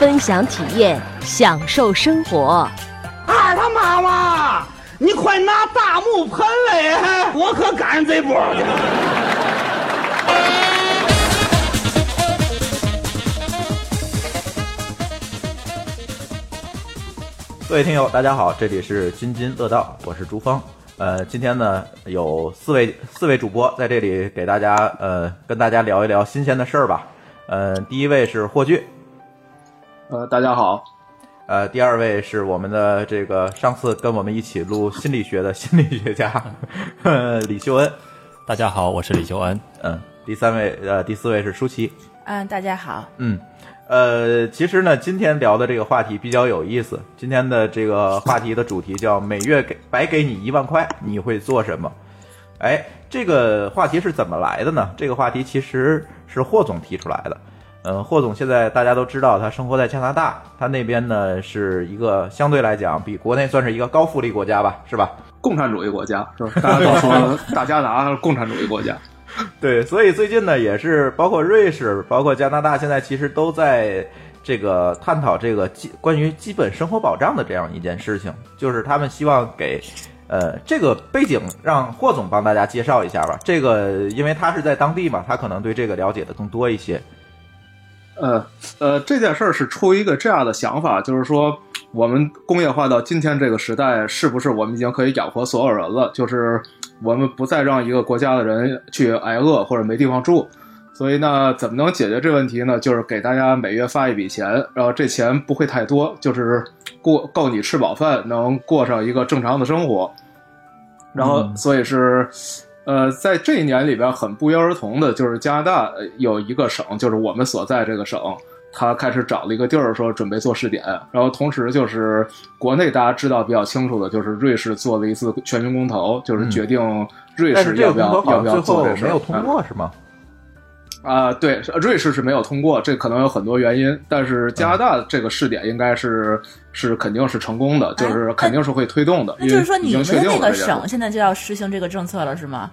分享体验，享受生活。二他妈妈，你快拿大木盆来，我可赶上这波了。各位听友，大家好，这里是津津乐道，我是朱芳。呃，今天呢有四位四位主播在这里给大家呃跟大家聊一聊新鲜的事儿吧。呃，第一位是霍炬，呃，大家好，呃，第二位是我们的这个上次跟我们一起录心理学的心理学家 呵呵李秀恩，大家好，我是李秀恩。嗯，第三位呃第四位是舒淇，嗯，大家好，嗯。呃，其实呢，今天聊的这个话题比较有意思。今天的这个话题的主题叫“每月给白给你一万块，你会做什么？”哎，这个话题是怎么来的呢？这个话题其实是霍总提出来的。嗯、呃，霍总现在大家都知道，他生活在加拿大，他那边呢是一个相对来讲比国内算是一个高福利国家吧，是吧？共产主义国家是吧？大家都说大加拿大是共产主义国家。对，所以最近呢，也是包括瑞士、包括加拿大，现在其实都在这个探讨这个基关于基本生活保障的这样一件事情，就是他们希望给，呃，这个背景让霍总帮大家介绍一下吧。这个因为他是在当地嘛，他可能对这个了解的更多一些。 呃呃，这件事儿是出于一个这样的想法，就是说我们工业化到今天这个时代，是不是我们已经可以养活所有人了？就是。我们不再让一个国家的人去挨饿或者没地方住，所以呢，怎么能解决这问题呢？就是给大家每月发一笔钱，然后这钱不会太多，就是过够你吃饱饭，能过上一个正常的生活。然后，嗯所以是，呃，在这一年里边，很不约而同的，就是加拿大有一个省，就是我们所在这个省。他开始找了一个地儿，说准备做试点，然后同时就是国内大家知道比较清楚的，就是瑞士做了一次全民公投，就是决定瑞士要不要、嗯、要不要做这事，没有通过是吗？啊、呃，对，瑞士是没有通过，这可能有很多原因，但是加拿大这个试点应该是、嗯、是肯定是成功的，就是肯定是会推动的。哎那就是说你们那个省现在就要实行这个政策了，是 吗？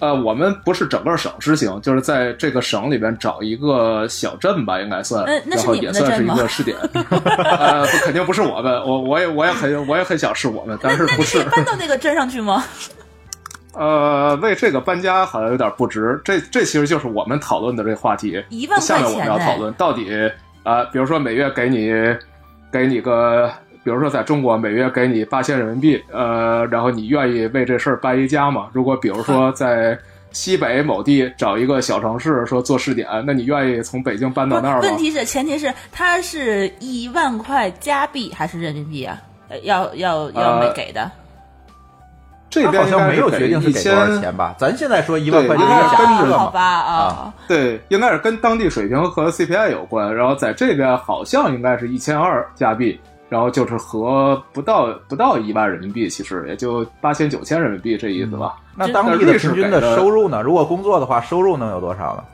呃，我们不是整个省施行，就是在这个省里边找一个小镇吧，应该算，嗯、然后也算是一个试点。 呃，肯定不是我们，我我也我也很我也很想是我们，但是不 是 搬到那个镇上去吗？呃，为这个搬家好像有点不值。这这其实就是我们讨论的这话题。一万块钱、哎。下面我们要讨论到底啊、呃，比如说每月给你给你个，比如说在中国每月给你八千人民币，呃，然后你愿意为这事儿搬一家吗？如果比如说在。嗯西北某地找一个小城市说做试点，那你愿意从北京搬到那儿吗？问题是，前提是它是一万块加币还是人民币啊？要要要没给的。呃、这边好像没有决定是给多少钱吧？咱现在说一万块钱跟好吧啊，对，应该是跟当地水平和 CPI 有关。然后在这边好像应该是一千二加币，然后就是合不到不到一万人民币，其实也就八千九千人民币这意思吧。嗯那当地的平均的收入呢？如果工作的话，收入能有多少呢？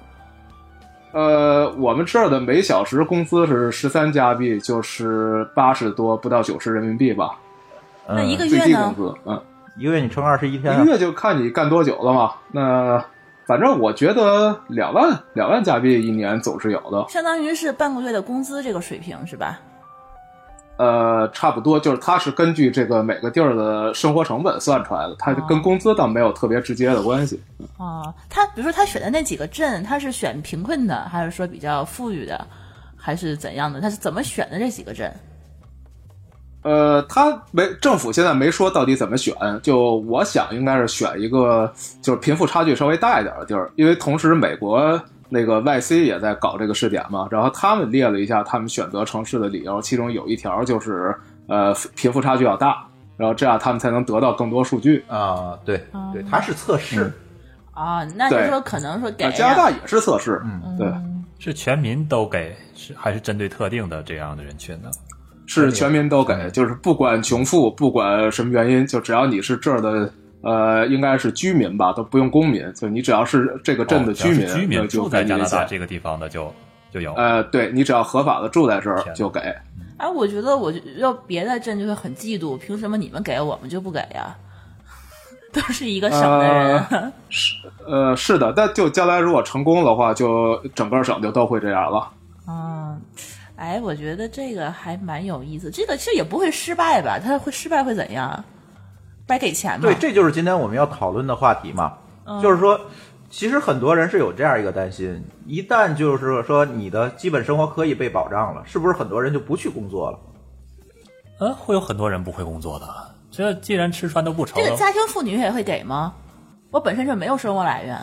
呃，我们这儿的每小时工资是十三加币，就是八十多不到九十人民币吧。那一个月最低工资，嗯，一个月你乘二十一天、啊，一个月就看你干多久了嘛。那反正我觉得两万两万加币一年总是有的，相当于是半个月的工资这个水平是吧？呃，差不多就是它是根据这个每个地儿的生活成本算出来的，它跟工资倒没有特别直接的关系。哦，他比如说他选的那几个镇，他是选贫困的，还是说比较富裕的，还是怎样的？他是怎么选的这几个镇？呃，他没政府现在没说到底怎么选，就我想应该是选一个就是贫富差距稍微大一点的地儿，因为同时美国。那个 YC 也在搞这个试点嘛，然后他们列了一下他们选择城市的理由，其中有一条就是呃贫富差距要大，然后这样他们才能得到更多数据啊。对对，它是测试啊，那就说可能说给呃加拿大也是测试，嗯，对。嗯是全民都给，哎是还是针对特定的这样的人群呢？是全民都给，就是不管穷富，不管什么原因，就只要你是这儿的，呃，应该是居民吧，都不用公民，就你只要是这个镇的哦只要居是民，居那民就住在给你加拿一些大这个地方的就就有。呃，对你只要合法的住在这儿天哪就给，哎，我觉得我就要别的镇就会很嫉妒，凭什么你们给我们就不给呀？ 都是一个省的人，啊呃，是的，但就将来如果成功的话，就整个省就都会这样了。 嗯，哎，我觉得这个还蛮有意思。这个其实也不会失败吧？他会失败会怎样？白给钱吗对，？这就是今天我们要讨论的话题嘛，嗯就是说，其实很多人是有这样一个担心，一旦就是说你的基本生活可以被保障了，是不是很多人就不去工作了？呃，会有很多人不会工作的。这既然吃穿都不愁这个了，家庭妇女也会给吗？我本身就没有生活来源，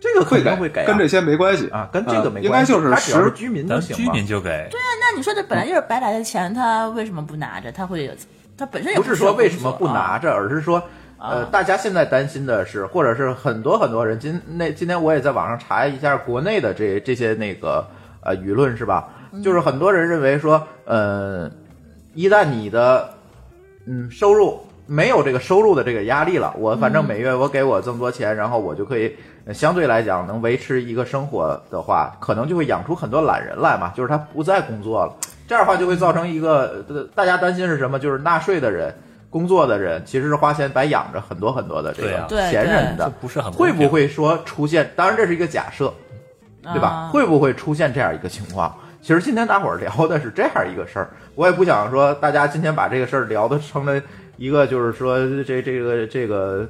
这个会肯给定会给啊、跟这些没关系啊，跟这个没应该关系，就是他只要是十居民咱就行居嘛。民就给。那你说这本来就是白来的钱，他为什么不拿着？他会有，他本身也不是是说为什么不拿着，着，而是说，呃，大家现在担心的是，或者是很多很多人今那今天我也在网上查一下国内的这这些那个呃舆论是吧？就是很多人认为说，呃，一旦你的嗯收入没有这个收入的这个压力了，我反嗯正每月我给我这么多钱，然后我就可以呃相对来讲能维持一个生活的话，可能就会养出很多懒人来嘛，就是他不再工作了。这样的话就会造成一个，呃大家担心是什么？就是纳税的人、工作的人其实是花钱白养着很多很多的这对个啊对闲人这的，不是很公呃会平不？会说出现？当然这是一个假设，对吧？啊会不会出现这样一个情况？其实今天大伙儿聊的是这样一个事儿，我也不想说大家今天把这个事儿聊的成了一个就是说这这个这个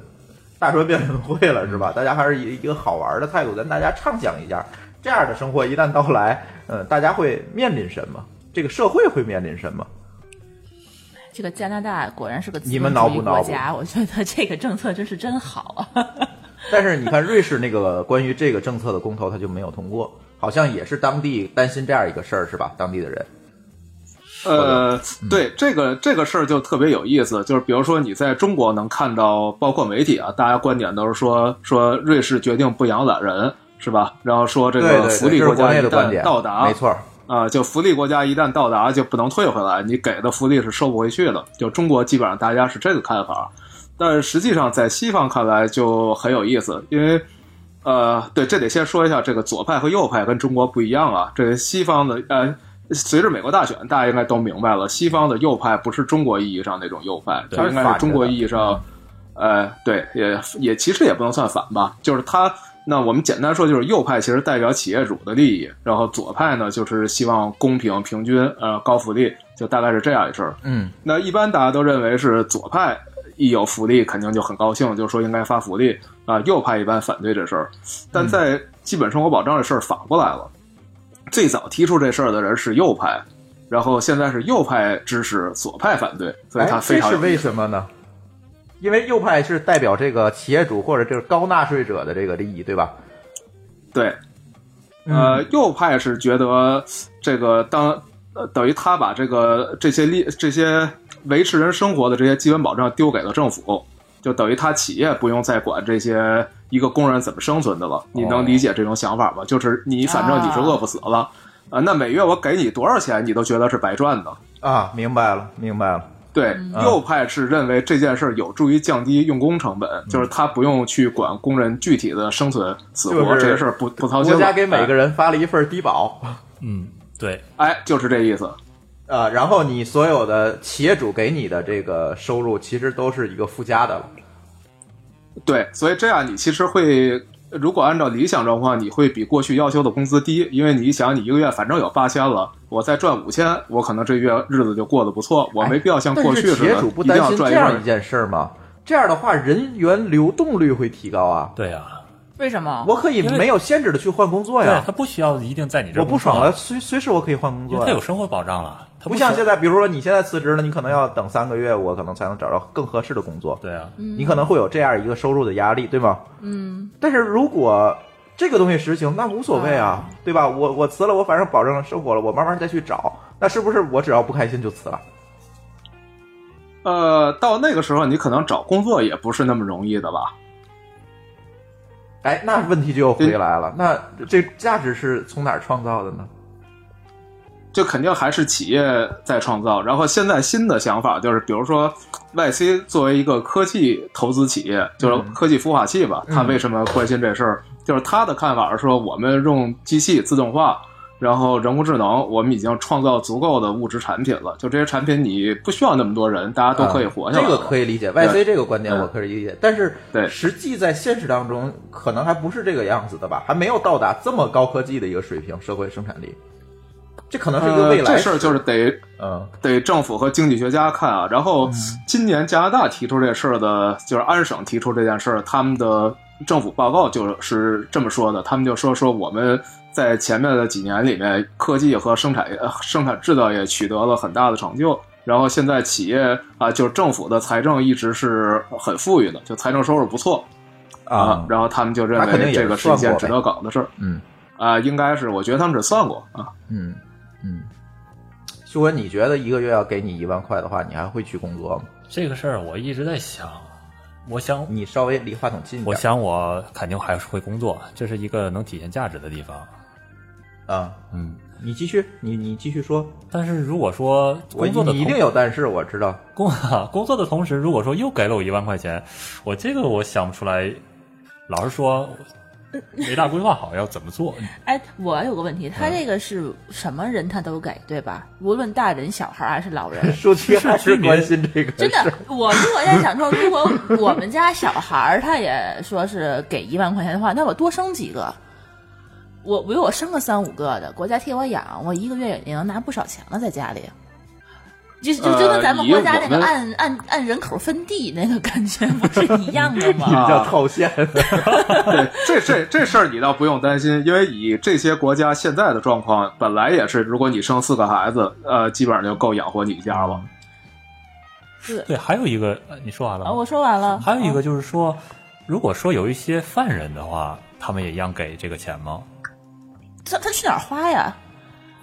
大专辩论会了，是吧？大家还是以一个好玩的态度，咱大家畅想一下，这样的生活一旦到来，嗯，大家会面临什么？这个社会会面临什么？这个加拿大果然是个资你本们主脑义补脑国补家，我觉得这个政策真是真好啊！但是你看瑞士那个关于这个政策的公投，他就没有通过，好像也是当地担心这样一个事儿，是吧？当地的人，呃，嗯对这个这个事儿就特别有意思，就是比如说你在中国能看到，包括媒体啊，大家观点都是说说瑞士决定不养懒人，是吧？然后说这对对个对，福利这是国国家一内的观旦点，到达，没错儿，啊，就福利国家一旦到达就不能退回来，你给的福利是收不回去的。就中国基本上大家是这个看法，但实际上在西方看来就很有意思，因为呃，对，这得先说一下这个左派和右派跟中国不一样啊。这个西方的呃，随着美国大选，大家应该都明白了，西方的右派不是中国意义上那种右派，对它应该反着是中国的意义上。呃，对，也也其实也不能算反吧，就是他。那我们简单说，就是右派其实代表企业主的利益，然后左派呢就是希望公平、平均、呃高福利，就大概是这样一事儿。嗯，那一般大家都认为是左派一有福利肯定就很高兴，就说应该发福利啊、右派一般反对这事儿，但在基本生活保障这事儿反过来了，最早提出这事儿的人是右派，然后现在是右派支持，左派反对，所以哎他非常这有是为意思什么呢？因为右派是代表这个企业主或者这个高纳税者的这个利益，对吧？对，嗯呃，右派是觉得这个当、呃、等于他把这个这些利这些维持人生活的这些基本保障丢给了政府，就等于他企业不用再管这些一个工人怎么生存的了。你能理解这种想法吗？就是你反正你是饿不死了，啊、那每月我给你多少钱，你都觉得是白赚的。啊，明白了，明白了。对，嗯右派是认为这件事儿有助于降低用工成本，嗯就是他不用去管工人具体的生存死活，就是这些事儿不不操国心了。家给每哎个人发了一份低保嗯，对，哎，就是这意思。啊，然后你所有的企业主给你的这个收入，其实都是一个附加的了。对，所以这样你其实会，如果按照理想状况，你会比过去要求的工资低，因为你想，你一个月反正有八千了，我再赚五千，我可能这月日子就过得不错，我没必要像过哎去但是似企业的，主不一定担要心赚这一样份一。件事儿吗？这样的话，人员流动率会提高啊。对啊，为什么？我可以没有限制的去换工作对啊呀，他，不需要一定在你这儿我不工作爽了，，随随时我可以换工因作为他有呀。生活保障了，他不像需要现在，比如说你现在辞职了，你可能要等三个月，我可能才能找到更合适的工作。对啊，你可能会有这样一个收入的压力，对吗？嗯。但是如果这个东西实行，那无所谓啊，对吧？我我辞了，我反正保证生活了，我慢慢再去找。那是不是我只要不开心就辞了？呃，到那个时候，你可能找工作也不是那么容易的吧？哎，那问题就又回来了，那这价值是从哪儿创造的呢？就肯定还是企业在创造。然后现在新的想法就是，比如说 YC 作为一个科技投资企业，就是科技孵化器吧，他为什么关心这事儿？就是他的看法是说，我们用机器自动化，然后人工智能，我们已经创造足够的物质产品了。就这些产品，你不需要那么多人，大家啊都可以活下来啊这了。个可以理解对，YC 这个观点嗯我可以理解，但是对实际在现实当中可能还不是这个样子的吧，还没有到达这么高科技的一个水平，社会生产力，这可能是一个呃未来这事儿就是得嗯得政府和经济学家看啊。然后今年加拿大提出这事儿的，就是安省提出这件事儿，他们的政府报告就是这么说的，他们就说说我们。在前面的几年里面，科技和生产呃生产制造业取得了很大的成就。然后现在企业啊，就是政府的财政一直是很富裕的，就财政收入不错啊。然后他们就认那肯定为也这个是一件值算得搞的事儿嗯啊，应该是我觉得他们只算过啊，嗯嗯，秀文，你觉得一个月要给你一万块的话，你还会去工作吗？这个事儿我一直在想，我想你稍微离话筒近一点，我想我肯定还是会工作，这是一个能体现价值的地方。啊，嗯，你继续，你你继续说，但是如果说我工作的你一同定有但是，我知道，，工工作的同时，如果说又给了我一万块钱，我这个我想不出来。老实说，嗯没大规划好要怎么 做。哎，我有个问嗯题，他这个是什么人他都给，对吧？无论大人、小孩还是老人 社区还是关心这个真事儿的，我如果在想说，如果我们家小孩儿他也说是给一万块钱的话，那我多生几个。我比如我生个三五个的，国家替我养，我一个月也能拿不少钱了，在家里。就就就跟呃咱们以国家那个我们按按按人口分地那个感觉不是一样的吗？比较套现，对，这这这事儿你倒不用担心，因为以这些国家现在的状况，本来也是，如果你生四个孩子，呃，基本上就够养活你一家了。对，还有一个，呃你说完了吗啊，我说完了。还有一个就是说，如果说有一些犯人的话，他们也一样给这个钱吗？他他去哪儿花呀？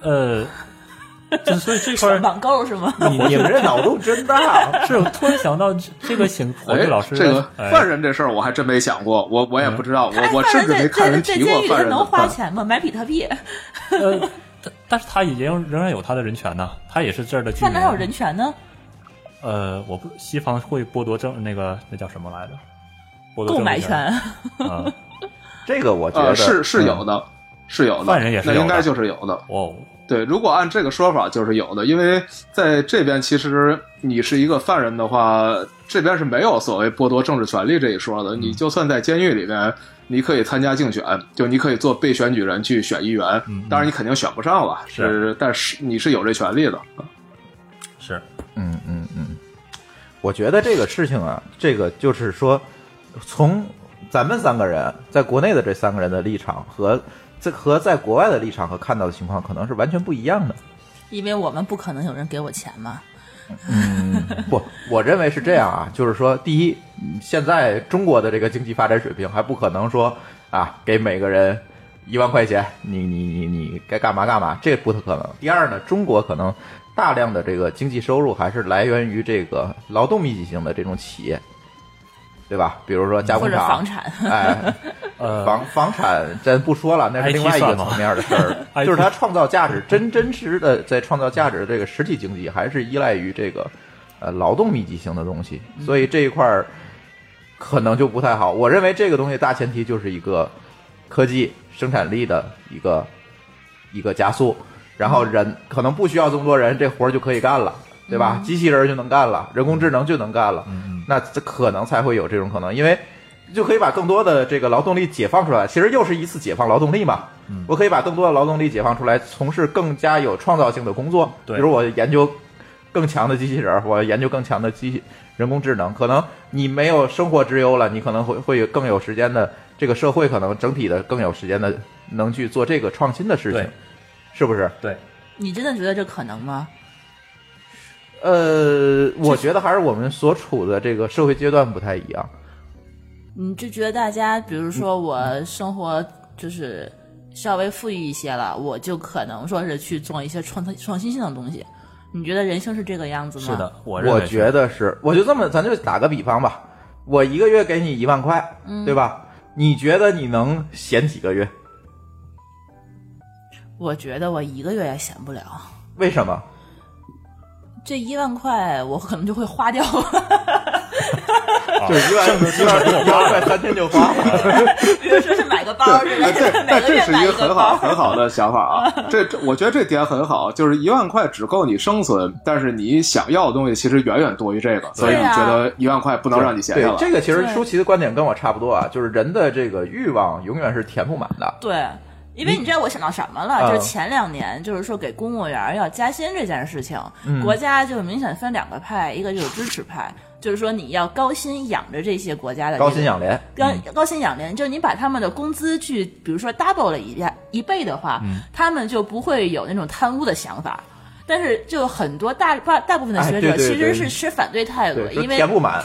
呃，就所以这块上儿，网购是吗？你你你们们这脑洞真大。啊是我突然想到这这个，请火炬老师这个哎犯人这事儿我还真没想过，我我也不知道，哎 我我犯甚人至在没看在人在提监过狱里犯他人的能花犯。钱吗？买比特币，呃，但但是他已经仍然有他的人权呢，他也是这儿的居犯民。人还有人权呢？呃，我不，西方会剥夺政那个那叫什么来着？剥夺购政治买权权。啊！这个我觉得嗯呃，是是有的，是有的，犯人也是有那的应该就是有的。哦，对，如果按这个说法，就是有的，因为在这边其实你是一个犯人的话，这边是没有所谓剥夺政治权利这一说的。嗯你就算在监狱里面，你可以参加竞选，就你可以做被选举人去选议员，嗯当然你肯定选不上了，啊是，但是你是有这权利的。是嗯嗯嗯，我觉得这个事情啊，这个就是说，从咱们三个人在国内的这三个人的立场和这和在国外的立场和看到的情况，可能是完全不一样的。 因为我们不可能有人给我钱嘛。 不，我认为是这样啊，就是说，第一，嗯现在中国的这个经济发展水平还不可能说啊，给每个人一万块钱，你你你你该干嘛干嘛，这不可能。第二呢，中国可能大量的这个经济收入还是来源于这个劳动密集型的这种企业，对吧？比如说加工或者厂、房产 哎，呃，房房产咱不说了，那是 IT 另外一个算吗层面的 事儿， IT 就是它创造价值，真真实的在创造价值的这个实体经济，还是依赖于这个呃劳动密集型的东西，嗯所以这一块儿可能就不太好。我认为这个东西大前提就是一个科技生产力的一个一个加速，然嗯后人可能不需要这么多人，这活儿就可以干了。对吧？嗯机器人儿就能干了，人工智能就能干了，那这可能才会有这种可能，因为就可以把更多的这个劳动力解放出来。其实又是一次解放劳动力嘛。嗯我可以把更多的劳动力解放出来，从事更加有创造性的工作。对比如我研究更强的机器人儿，我研究更强的机器人工智能。可能你没有生活之忧了，你可能会会有更有时间的，这个社会可能整体的更有时间的能去做这个创新的事情对，是不是？对，你真的觉得这可能吗？呃，我觉得还是我们所处的这个社会阶段不太一样。你就觉得大家，比如嗯说我生活就是稍微富裕一些了，我就可能说是去做一些创新创新性的东西。你觉得人生是这个样子吗？是。的，我认我为是嗯觉得是，我就这么，咱就打个比方吧，我一个月给你一万块，对吧？你觉得你能闲几个月？我觉得我一个月也闲不了，为什么？这一万块我可能就会花掉。 啊对，一万剩一万一万块三天就花了。 比如说是买个包之类 哎，这的，每但个这月是买一一个个很包。好 很好的想法啊！这这我觉得这点很好，就是一万块只够你生存，但是你想要的东西其实远远多于这个，所以你对啊觉得一万块不能让你闲下对，来。这个其实对舒淇的观点跟我差不多啊，就是人的这个欲望永远是填不满的。对，因为你知道我想到什么了？嗯就是前两年，就是说给公务员要加薪这件事情，嗯国家就明显分两个派，一个就是支持派，就是说你要高薪养着这些国家的这个高薪养嗯廉，高高薪养廉，就是你把他们的工资去，比如说 double 了一下一倍的话，嗯他们就不会有那种贪污的想法。但是，就很多大大大部分的哎学者对对其实对是持反对态度，对，因说为填不满，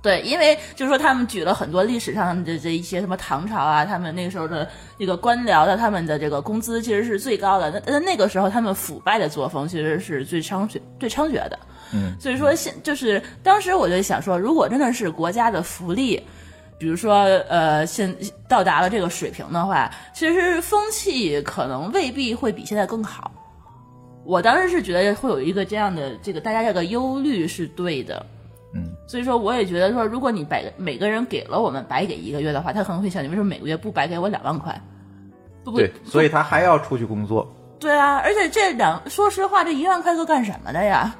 对，因为就是说他们举了很多历史上的这一些什么唐朝啊，他们那个时候的这个官僚的他们的这个工资其实是最高的，那但那个时候他们腐败的作风其实是最猖獗、最猖獗的。嗯，所以说现就是当时我就想说，如果真的是国家的福利。比如说，呃，现到达了这个水平的话，其实风气可能未必会比现在更好。我当时是觉得会有一个这样的这个大家这个忧虑是对的，嗯所以说，我也觉得说，如果你百个每个人给了我们白给一个月的话，他可能会想，你为什么每个月不白给我两万块？不不对，所以他还要出去工作。对啊，而且这两，说实话，这一万块够干什么的呀？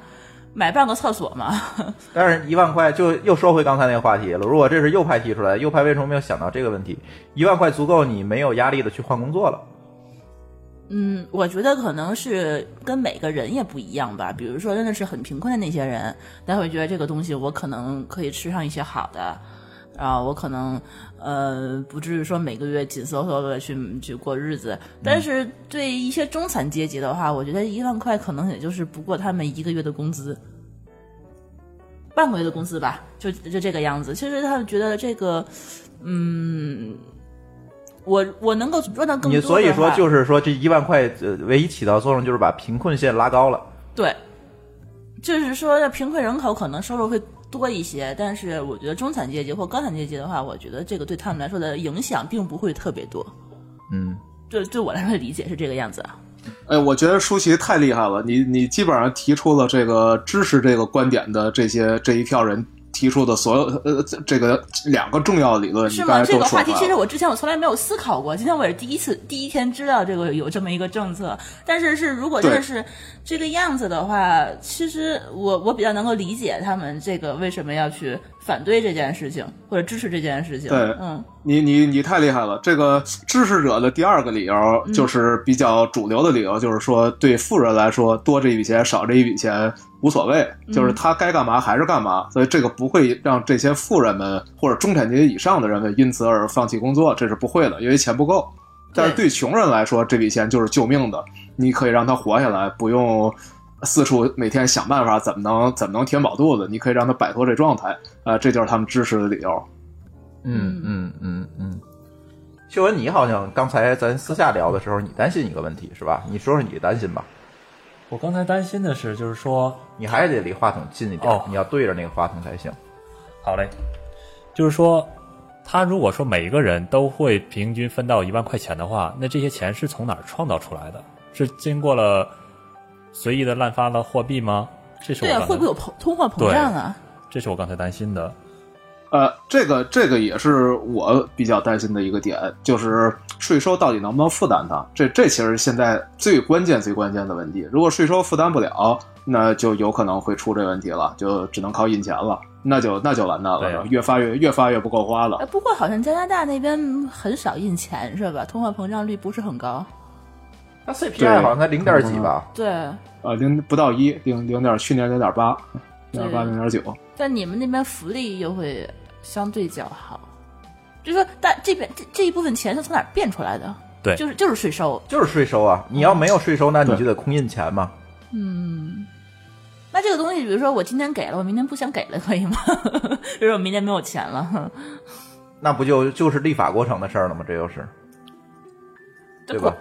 买半个厕所嘛？但是，一万块就又说回刚才那个话题了。如果这是右派提出来，右派为什么没有想到这个问题？一万块足够你没有压力的去换工作了。嗯，我觉得可能是跟每个人也不一样吧。比如说，真的是很贫困的那些人，他会觉得这个东西我可能可以吃上一些好的，啊，我可能呃不至于说每个月紧嗖嗖的去去过日子。嗯但是对一些中产阶级的话，我觉得一万块可能也就是不过他们一个月的工资，半个月的工资吧，就就这个样子。其实他们觉得这个，嗯。我我能够赚到更多你的所以说话就是说这一万块呃唯一起到作用就是把贫困线拉高了。对，就是说贫困人口可能收入会多一些，但是我觉得中产阶级或高产阶级的话，我觉得这个对他们来说的影响并不会特别多。嗯，对，对我来说的理解是这个样子啊。哎，我觉得舒淇太厉害了，你你基本上提出了这个支持这个观点的这些这一票人提出的所有呃这个两个重要理论，你是刚吗？才这都个说出话来题其实了我之前我从来没有思考过，今天我也是第一次第一天知道这个有这么一个政策。但是是如果真的对是这个样子的话，其实我我比较能够理解他们这个为什么要去反对这件事情或者支持这件事情。对嗯，你你你太厉害了！这个支持者的第二个理由就是比较主流的理由，就是说对富人来说，多这一笔钱少这一笔钱无所谓，就是他该干嘛还是干嘛，所以这个不会让这些富人们或者中产阶级以上的人们因此而放弃工作，这是不会的，因为钱不够。但是对穷人来说，这笔钱就是救命的，你可以让他活下来，不用四处每天想办法怎么能怎么能填饱肚子，你可以让他摆脱这状态，呃，这就是他们支持的理由。嗯嗯嗯嗯。秀文，你好像刚才咱私下聊的时候，你担心一个问题是吧？你说说你的担心吧。我刚才担心的是，就是说，你还是得离话筒近一点，哦你要对着那个话筒才行。好嘞，就是说，他如果说每个人都会平均分到一万块钱的话，那这些钱是从哪儿创造出来的？是经过了随意的滥发了货币吗？这是我对啊，刚才会不会有膨通货膨胀啊？这是我刚才担心的。呃，这个这个也是我比较担心的一个点，就是税收到底能不能负担它？这这其实现在最关键最关键的问题。如果税收负担不了，那就有可能会出这问题了，就只能靠印钱了，那就那就完蛋对了，越发越越发越不够花了哎，。不过好像加拿大那边很少印钱是吧？通货膨胀率不是很高。那 CPI 对好像才零点几吧？对，呃，零不到一，零零点去年零点八，零点八零点九。但你们那边福利又会相对较好，就说大这边这这一部分钱是从哪儿变出来的？对就是就是税收。就是税收啊！你要没有税收，那你就得空印钱嘛。嗯，那这个东西，比如说我今天给了，我明天不想给了，可以吗？ 比如说我明天没有钱了，那不就就是立法过程的事儿了吗？这又是，对吧？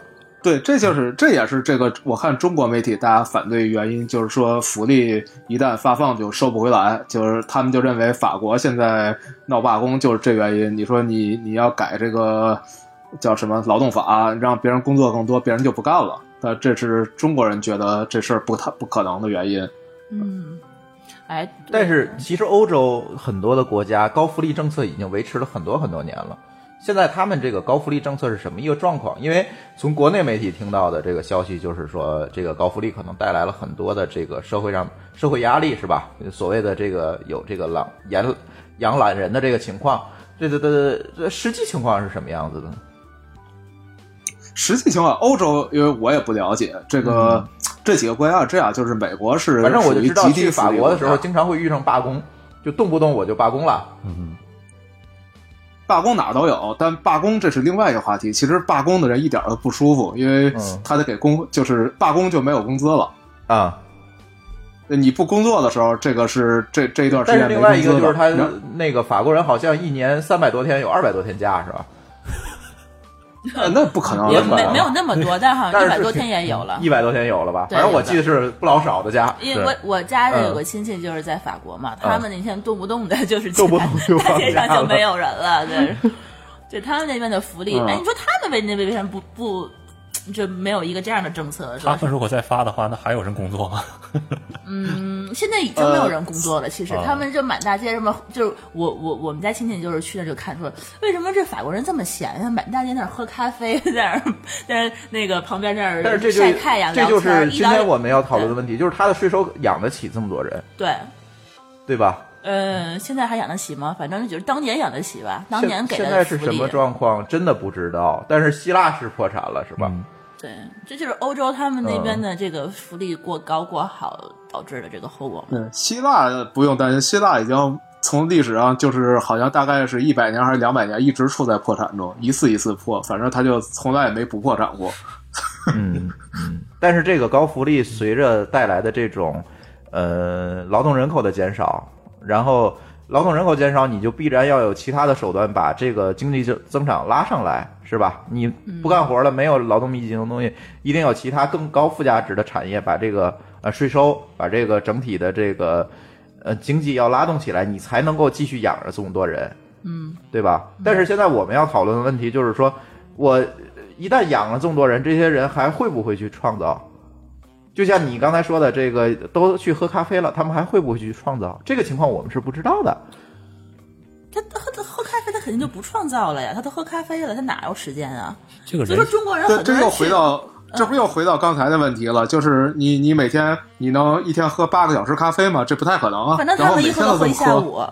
对，这就是这也是这个我看中国媒体大家反对原因，就是说福利一旦发放就收不回来，就是他们就认为法国现在闹罢工就是这原因。你说你你要改这个叫什么劳动法，让别人工作更多，别人就不干了。那这是中国人觉得这事儿不太不可能的原因。嗯，哎，对但是其实欧洲很多的国家高福利政策已经维持了很多很多年了。现在他们这个高福利政策是什么一个状况？因为从国内媒体听到的这个消息就是说，这个高福利可能带来了很多的这个社会上社会压力，是吧？所谓的这个有这个狼养养懒人的这个情况，这这这这实际情况是什么样子的呢？实际情况，欧洲因为我也不了解这个、这几个国家是这样，就是美国是嗯反正我就知道属于极去低福法利国的时候，国家经常会遇上罢工，就动不动我就罢工了。罢工哪儿都有，但罢工这是另外一个话题。其实罢工的人一点儿都不舒服，因为嗯他得给工，就是罢工就没有工资了。啊、你不工作的时候，这个是这这一段时但是间没另工外一个就资的。嗯是他然后那个法国人好像一年三百多天有二百多天假是吧？呃那不可能也没没吧没有那么多，但好像啊但啊一是百多天也有了一。百多天有了吧？对反正我记得是不老少的假，因为我我家人有嗯个亲戚就是在法国嘛，他们那天动不动的就是动不动就大街放上假就了没有人了，对， 对他们那边的福利，嗯哎，你说他们为那为什么不不就没有一个这样的政策？是他吧？们如果再发的话，那还有人工 作吗？嗯，现在已经没有人工作了。其实嗯啊他们就满大街什么，就是我我我们家亲戚就是去那儿就看说，为什么这法国人这么闲呀？满大街那儿喝咖啡，在那儿在那个旁边那儿但是这就晒太阳，这聊就是天今天我们要讨论的问题，就是他的税收养得起这么多人，对。对吧？呃，现在还养得起吗？反正就是当年养得起吧，当年现给现的在是福什利么状况，真的不知道。但是希腊是破产了，是吧？嗯对，这就是欧洲他们那边的这个福利过高过好导致的这个后果嘛。嗯，希腊不用担心，希腊已经从历史上就是好像大概是一百年还是两百年一直处在破产中，一次一次破，反正他就从来也没不破产过。嗯， 但是这个高福利随着带来的这种呃劳动人口的减少，然后劳动人口减少，你就必然要有其他的手段把这个经济增增长拉上来，是吧？你不干活了，没有劳动密集型的东西，一定有其他更高附加值的产业，把这个呃税收，把这个整体的这个呃经济要拉动起来，你才能够继续养着这么多人。嗯，对吧？但是现在我们要讨论的问题就是说，我一旦养了这么多人，这些人还会不会去创造？就像你刚才说的，这个都去喝咖啡了，他们还会不会去创造？这个情况我们是不知道的。嗯他他他喝咖啡，他肯定就不创造了呀，他都喝咖啡了，他哪有时间啊？这个所以人说中国人这很多这人又去回到这不又回到刚才的问题了，就是你你每天你能一天喝八个小时咖啡吗？这不太可能啊。反正然他后们一每天喝就都喝一这么下喝，午，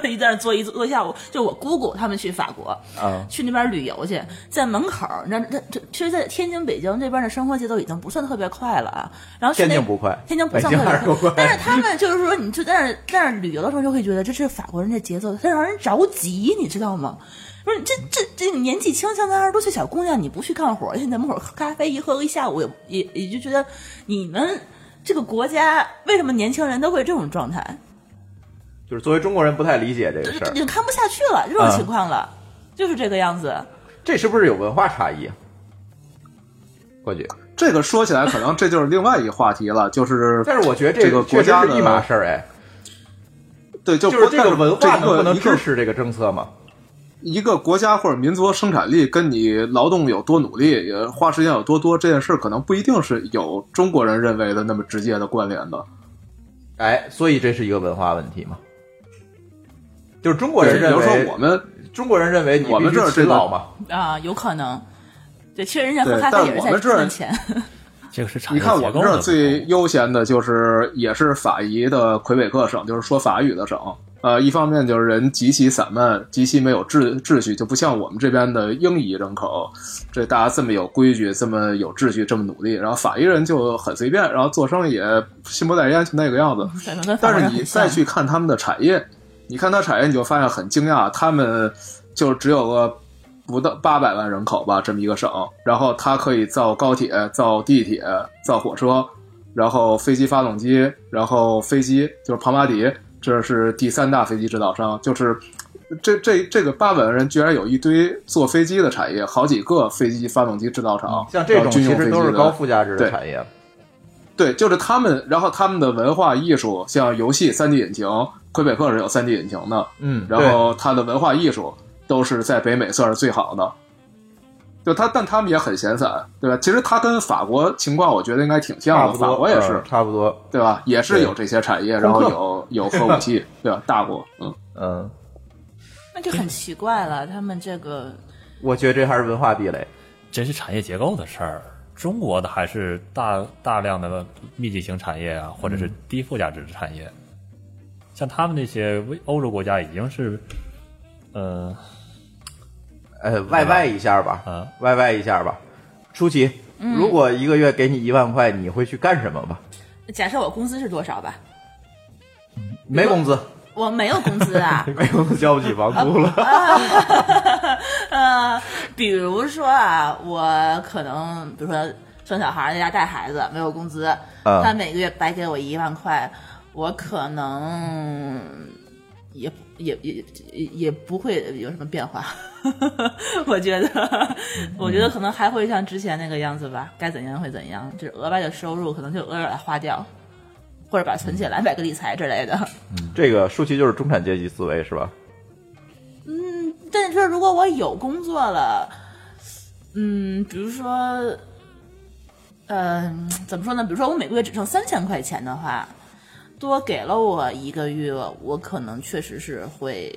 一在那坐一坐一下午。就我姑姑他们去法国，啊去那边旅游去，在门口儿，那那这其实，在天津、北京这边的生活节奏已经不算特别快了啊。然后去天那津不快天津不算北京还特是别不快但是他们就是说，你就在那儿在那儿旅游的时候，就会觉得这是法国人这节奏，他让人着急，你知道吗？不是这这这个年纪轻轻的二十多岁小姑娘，你不去干活，现在门口喝咖啡一喝个一下午，也也也就觉得你们这个国家为什么年轻人都会这种状态？就是作为中国人不太理解这个就事就儿，就看不下去了，这种嗯情况了，就是这个样子。这是不是有文化差异啊？或许，这个说起来可能这就是另外一个话题了，就是但是我觉得这个个确国实家是的一码事儿，哎，对，就就是这但个是文化这能不能一个支持这个政策嘛？一个国家或者民族的生产力跟你劳动有多努力、也花时间有多多这件事，可能不一定是有中国人认为的那么直接的关联的。哎，所以这是一个文化问题嘛？就是中国人比认如为，说我们中国人认为你我们必须这儿勤这个劳嘛，啊，有可能。对，其实人家喝对咖但啡也是我在们这儿赚 钱。这个是产你业结构看的我问们题。这儿最悠闲的就是也是法裔的魁北克省，就是说法语的省。呃，一方面就是人极其散漫，极其没有秩秩序，就不像我们这边的英裔人口，这大家这么有规矩，这么有秩序，这么努力。然后法裔人就很随便，然后做生意也心不在焉，就那个样子。可能跟法但国是人你很像再去看他们的产业，你看它产业，你就发现很惊讶，他们就只有个不到八百万人口吧，这么一个省，然后它可以造高铁、造地铁、造火车，然后飞机发动机，然后飞机就是庞巴迪，这是第三大飞机制造商，就是这这这个八百万人居然有一堆做飞机的产业，好几个飞机发动机制造厂，像这然种啊后军其用实飞都是机的高附加值的对产业。对，就是他们，然后他们的文化艺术，像游戏三 D 引擎，魁北克是有三 D 引擎的，嗯，对然后它的文化艺术都是在北美算是最好的。就他，但他们也很闲散，对吧？其实他跟法国情况，我觉得应该挺差不像的。多，法国也是嗯，差不多。对吧？也是对有这些产业，然后克有有核武器，对吧？大国，嗯，嗯，那就很奇怪了。他们这个我觉得这还是文化壁垒。真是产业结构的事儿。中国的还是大大量的密集型产业啊，或者嗯是低附加值的产业，像他们那些微欧洲国家已经是，呃，呃，外外一下吧，嗯外外一下吧。舒淇，如果一个月给你一万块，你会去干什么吧？假设我工资是多少吧？没工 资，，我没有工资 啊没工资交不起房 租了。 呃，比如说啊，我可能比如说生小孩儿在家带孩子，没有工资，嗯他每个月白给我一万块，我可能也也也也也不会有什么变化。 我觉得，我觉得可能还会像之前那个样子吧，该怎样会怎样，就是额外的收入可能就额外把它花掉，或者把它存起来买个理财之类的。这个舒淇就是中产阶级思维是吧？但你说如果我有工作了，嗯，比如说，嗯、怎么说呢？比如说我每个月只剩三千块钱的话，多给了我一个月，我可能确实是会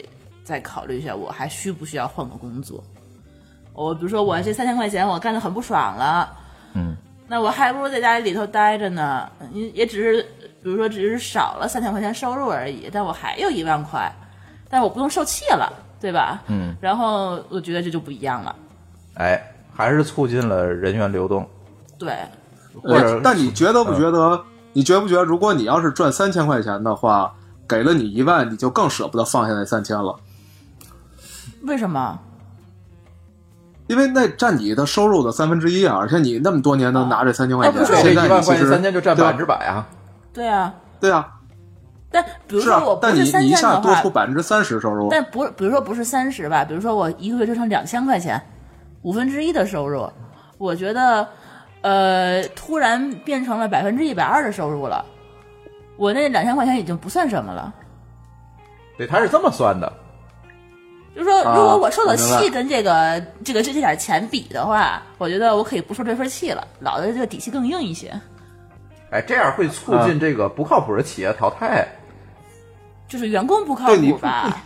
再考虑一下，我还需不需要换个工作。我比如说我这三千块钱我干的很不爽了，嗯，那我还不如在家里头待着呢，也也只是比如说只是少了三千块钱收入而已，但我还有一万块，但我不用受气了，对吧？嗯，然后我觉得这就不一样了，哎，还是促进了人员流动，对， 或者嗯呃但你觉得不觉得？你觉不觉得，如果你要是赚三千块钱的话，给了你一万，你就更舍不得放下那三千了，为什么？因为那占你的收入的三分之一啊！而且你那么多年啊能拿这三千块哎钱，不是这现一在万你其块钱实三千就占对百吧分之百啊！对啊，对啊，但比如是说啊我，不但你三你一千下的多话，出百分之三十收入， 但不，比如说不是三十吧，比如说我一个月就剩两千块钱，五分之一的收入，我觉得，呃，突然变成了百分之一百二的收入了，我那两千块钱已经不算什么了。对，他是这么算的。就是说，啊如果我受的我明气跟这个、这个这这点钱比的话，我觉得我可以不受这份气了，老子这个底气更硬一些。哎，这样会促进这个不靠谱的企业淘汰。就是员工不靠对你谱吧？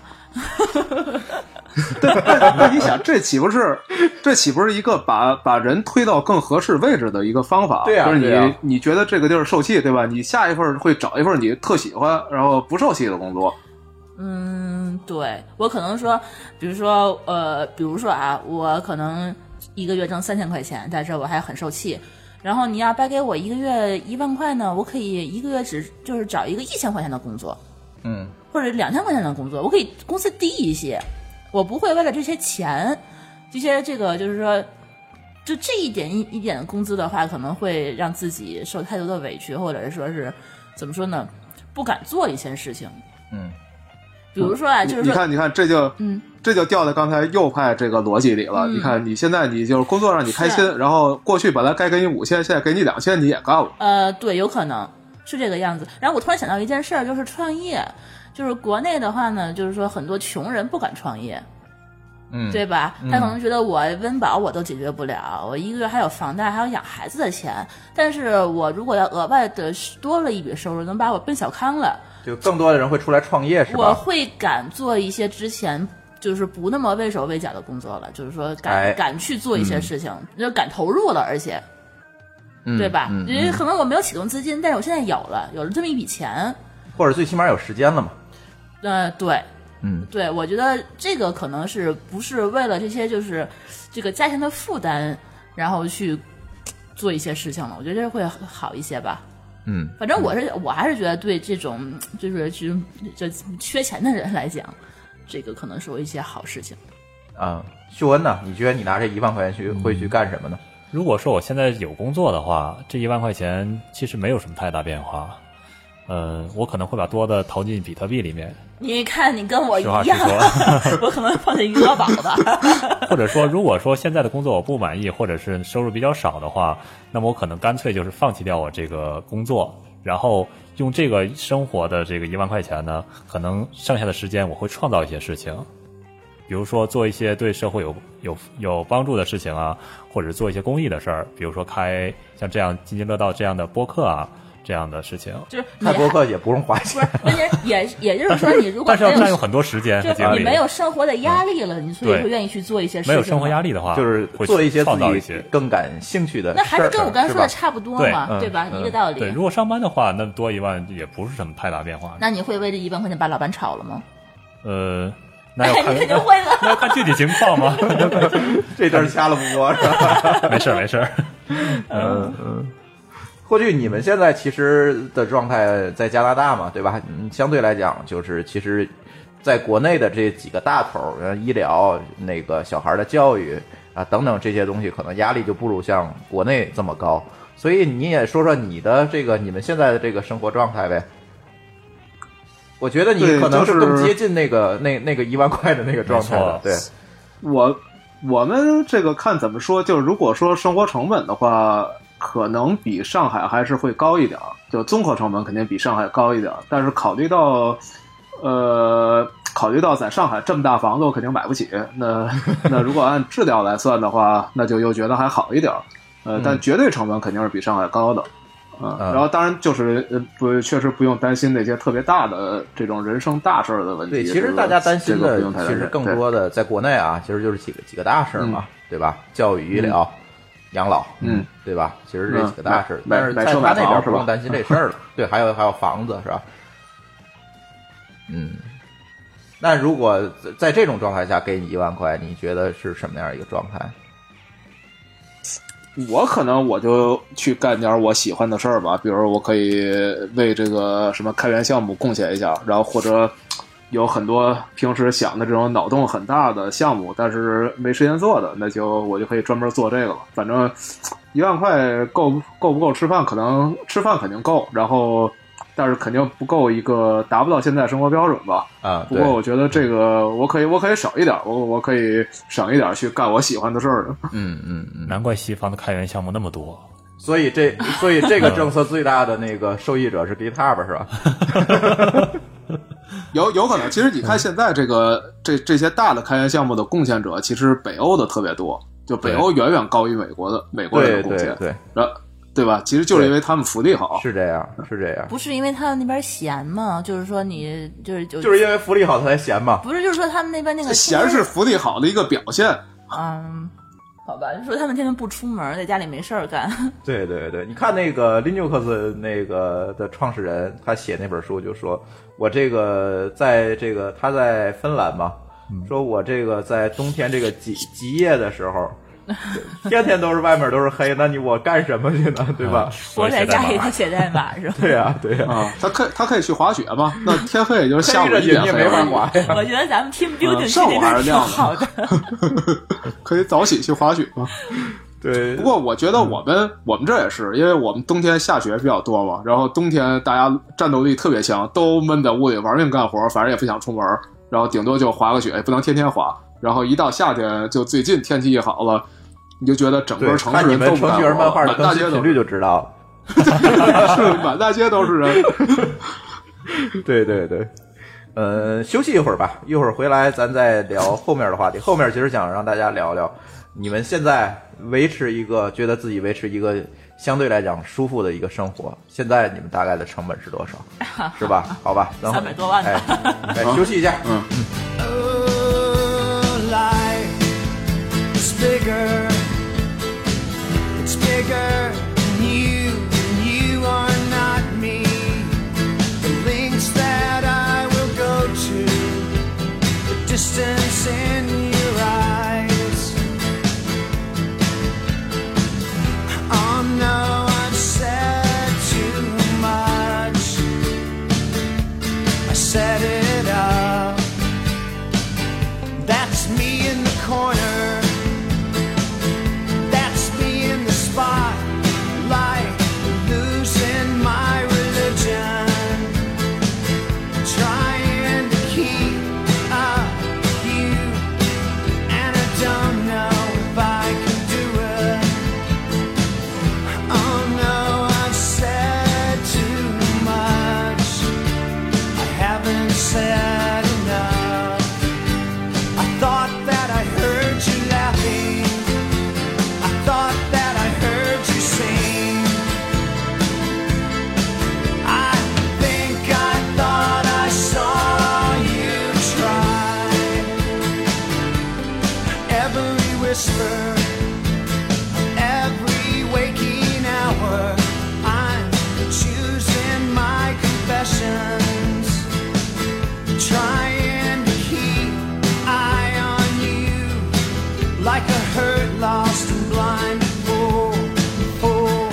那你想，这岂不是这岂不是一个把把人推到更合适位置的一个方法？对呀就是你、对啊呀你觉得这个地儿受气，对吧？你下一份儿会找一份儿你特喜欢，然后不受气的工作。嗯，对我可能说，比如说，呃，比如说啊，我可能一个月挣三千块钱，但是我还很受气。然后你要掰给我一个月一万块呢，我可以一个月只就是找一个一千块钱的工作，嗯，或者两千块钱的工作，我可以工资低一些，我不会为了这些钱，这些这个就是说，就这一点一一点的工资的话，可能会让自己受太多的委屈，或者是说是怎么说呢，不敢做一些事情。嗯，比如说啊，你就是你说，看，你看，这就嗯，这就掉在刚才右派这个逻辑里了。嗯啊你看，你现在你就是工作让你开心，然后过去本来该给你五千，现在给你两千，你也干了。呃，对，有可能是这个样子。然后我突然想到一件事儿，就是创业，就是国内的话呢，就是说很多穷人不敢创业，嗯，对吧？他可能觉得我温饱我都解决不了，我一个月还有房贷，还有养孩子的钱，但是我如果要额外的多了一笔收入，能把我奔小康了，就更多的人会出来创业是我吧？会敢做一些之前。就是不那么畏手畏脚的工作了，就是说敢、哎敢去做一些嗯事情，就敢投入了，而且，嗯对吧？嗯因嗯为可能我没有启动资金，但是我现在有了，有了这么一笔钱，或者最起码有时间了嘛。呃，对嗯，对，我觉得这个可能是不是为了这些就是这个家庭的负担，然后去做一些事情了，我觉得这会好一些吧。嗯，反正我是我还是觉得对这种就是这这缺钱的人来讲，这个可能是有一些好事情。啊，秀恩呢？你觉得你拿这一万块钱去会去干什么呢？ 如果说我现在有工作的话，这一万块钱其实没有什么太大变化。呃，我可能会把多的投进比特币里面，你看，你跟我一实话样实，说 我可能放在余额宝 的。或者说，如果说现在的工作我不满意，或者是收入比较少的话，那么我可能干脆就是放弃掉我这个工作，然后用这个生活的这个一万块钱呢，可能剩下的时间我会创造一些事情，比如说做一些对社会有有有帮助的事情啊，或者做一些公益的事儿，比如说开像这样津津乐道这样的播客啊这样的事情。就是你开播客也不用花不钱是，，关键也也就是说，你如果但是要没有占用很多时间和就精是力嗯你。没有生活的压力了，你所以对会愿意去做一些事情。没有生活压力，力的话，就是会做一些自创造一己些更感兴趣的事那儿，还是跟我刚才说的是吧差不多对嘛，嗯对吧？嗯啊一个道对，理如。果上班的话，那么多一万也不是什么太大变化。那你会为这一万块钱把老板炒了吗？ 呃，那要看你肯定会了那要看具体情况吗？ 这地儿掐了不多是吧？没事儿没事儿，嗯嗯。霍炬，你们现在其实的状态在加拿大嘛，对吧？嗯，相对来讲，就是其实在国内的这几个大头儿，呃医疗、那个小孩儿的教育啊等等这些东西，可能压力就不如像国内这么高。所以你也说说你的这个你们现在的这个生活状态呗。我觉得你对可能就是更接近那个那那个一万块的那个状态的，没对，我我们这个看怎么说，就是如果说生活成本的话，可能比上海还是会高一点儿，就综合成本肯定比上海高一点儿。但是考虑到，呃，考虑到在上海这么大房子，我肯定买不起。 那那如果按质量来算的话，那就又觉得还好一点儿。呃，但绝对成本肯定是比上海高的。嗯，嗯然后当然就是呃不，确实不用担心那些特别大的这种人生大事儿的问题。对，其这实个大家担心这个的不用太担其心实更对多的在国内啊，其实就是几个几个大事儿嘛，对吧？教育、医疗、养老，嗯，对吧？其实这几个大事儿嗯，买但是在买买车他那买边房儿不是用吧担心这事儿了。对，还有还有房子是吧？嗯，那如果在在这种状态下给你一万块，你觉得是什么样一个状态？我可能我就去干点我喜欢的事儿吧，比如我可以为这个什么开源项目贡献一下，然后或者有很多平时想的这种脑洞很大的项目，但是没时间做的，那就我就可以专门做这个了。反正一万块够不够不够吃饭？可能吃饭肯定够，然后但是肯定不够一个达不到现在生活标准吧。啊，不对过，我觉得这个我可以我可以省一点，我我可以省一点去干我喜欢的事儿的。嗯嗯嗯。难怪西方的开源项目那么多。所以这所以嗯这个政策最大的那个受益者是 GitHub 是吧？有有可能，其实你嗯看现在这个这这些大的开源项目的贡献者，其实北欧的特别多，就北欧远远高于美国的美国人对的贡对献，对，然后对吧？其实就是因为他们福利好，是这样是这样， 不是因为他们那边闲嘛，就是说你就是就就是因为福利好他才闲嘛。不是就是说他们那边那个天闲天是福利好的一个表现。嗯，好吧，就说他们天天不出门，在家里没事儿干。对对对，你看那个 Linux 那个的创始人，他写那本书就说，我这个在这个他在芬兰嘛，说我这个在冬天这个极极夜的时候，天天都是外面都是黑，那你我干什么去呢？对吧？嗯 我在家里我头也写代码是吧？对呀、对呀、啊，他可以他可以去滑雪嘛？那天黑也就是下嗯黑午着一你点你也黑没法了，滑呀。 我觉得咱们 team building 嗯去上午那还边是挺亮的好的。 可以早起去滑雪嘛。对，不过我觉得嗯我们我们这也是，因为我们冬天下雪比较多嘛，然后冬天大家战斗力特别强，都闷在屋里玩命干活，反正也不想出门，然后顶多就滑个雪，也不能天天滑。然后一到夏天，就最近天气一好了，你就觉得整对个城市看你人们都不程干序员活漫了，画的满更大新街频都率 是，就知道了。满大街都 是人。 对对对，呃，休息一会儿吧，一会儿回来咱再聊后面的话题。后面其实想让大家聊聊，你们现在维持一个觉得自己维持一个相对来讲舒服的一个生活，现在你们大概的成本是多少？是吧？ 好吧，等会儿300多万呢哎，哎休息一下。嗯， life is bigger. It's bigger than you, and you are not me. The links that I will go to, the distance in your eyes. Oh no, I've said too much. I set it up. That's me in the corner. That's me in the spotlight. Oh, Oh,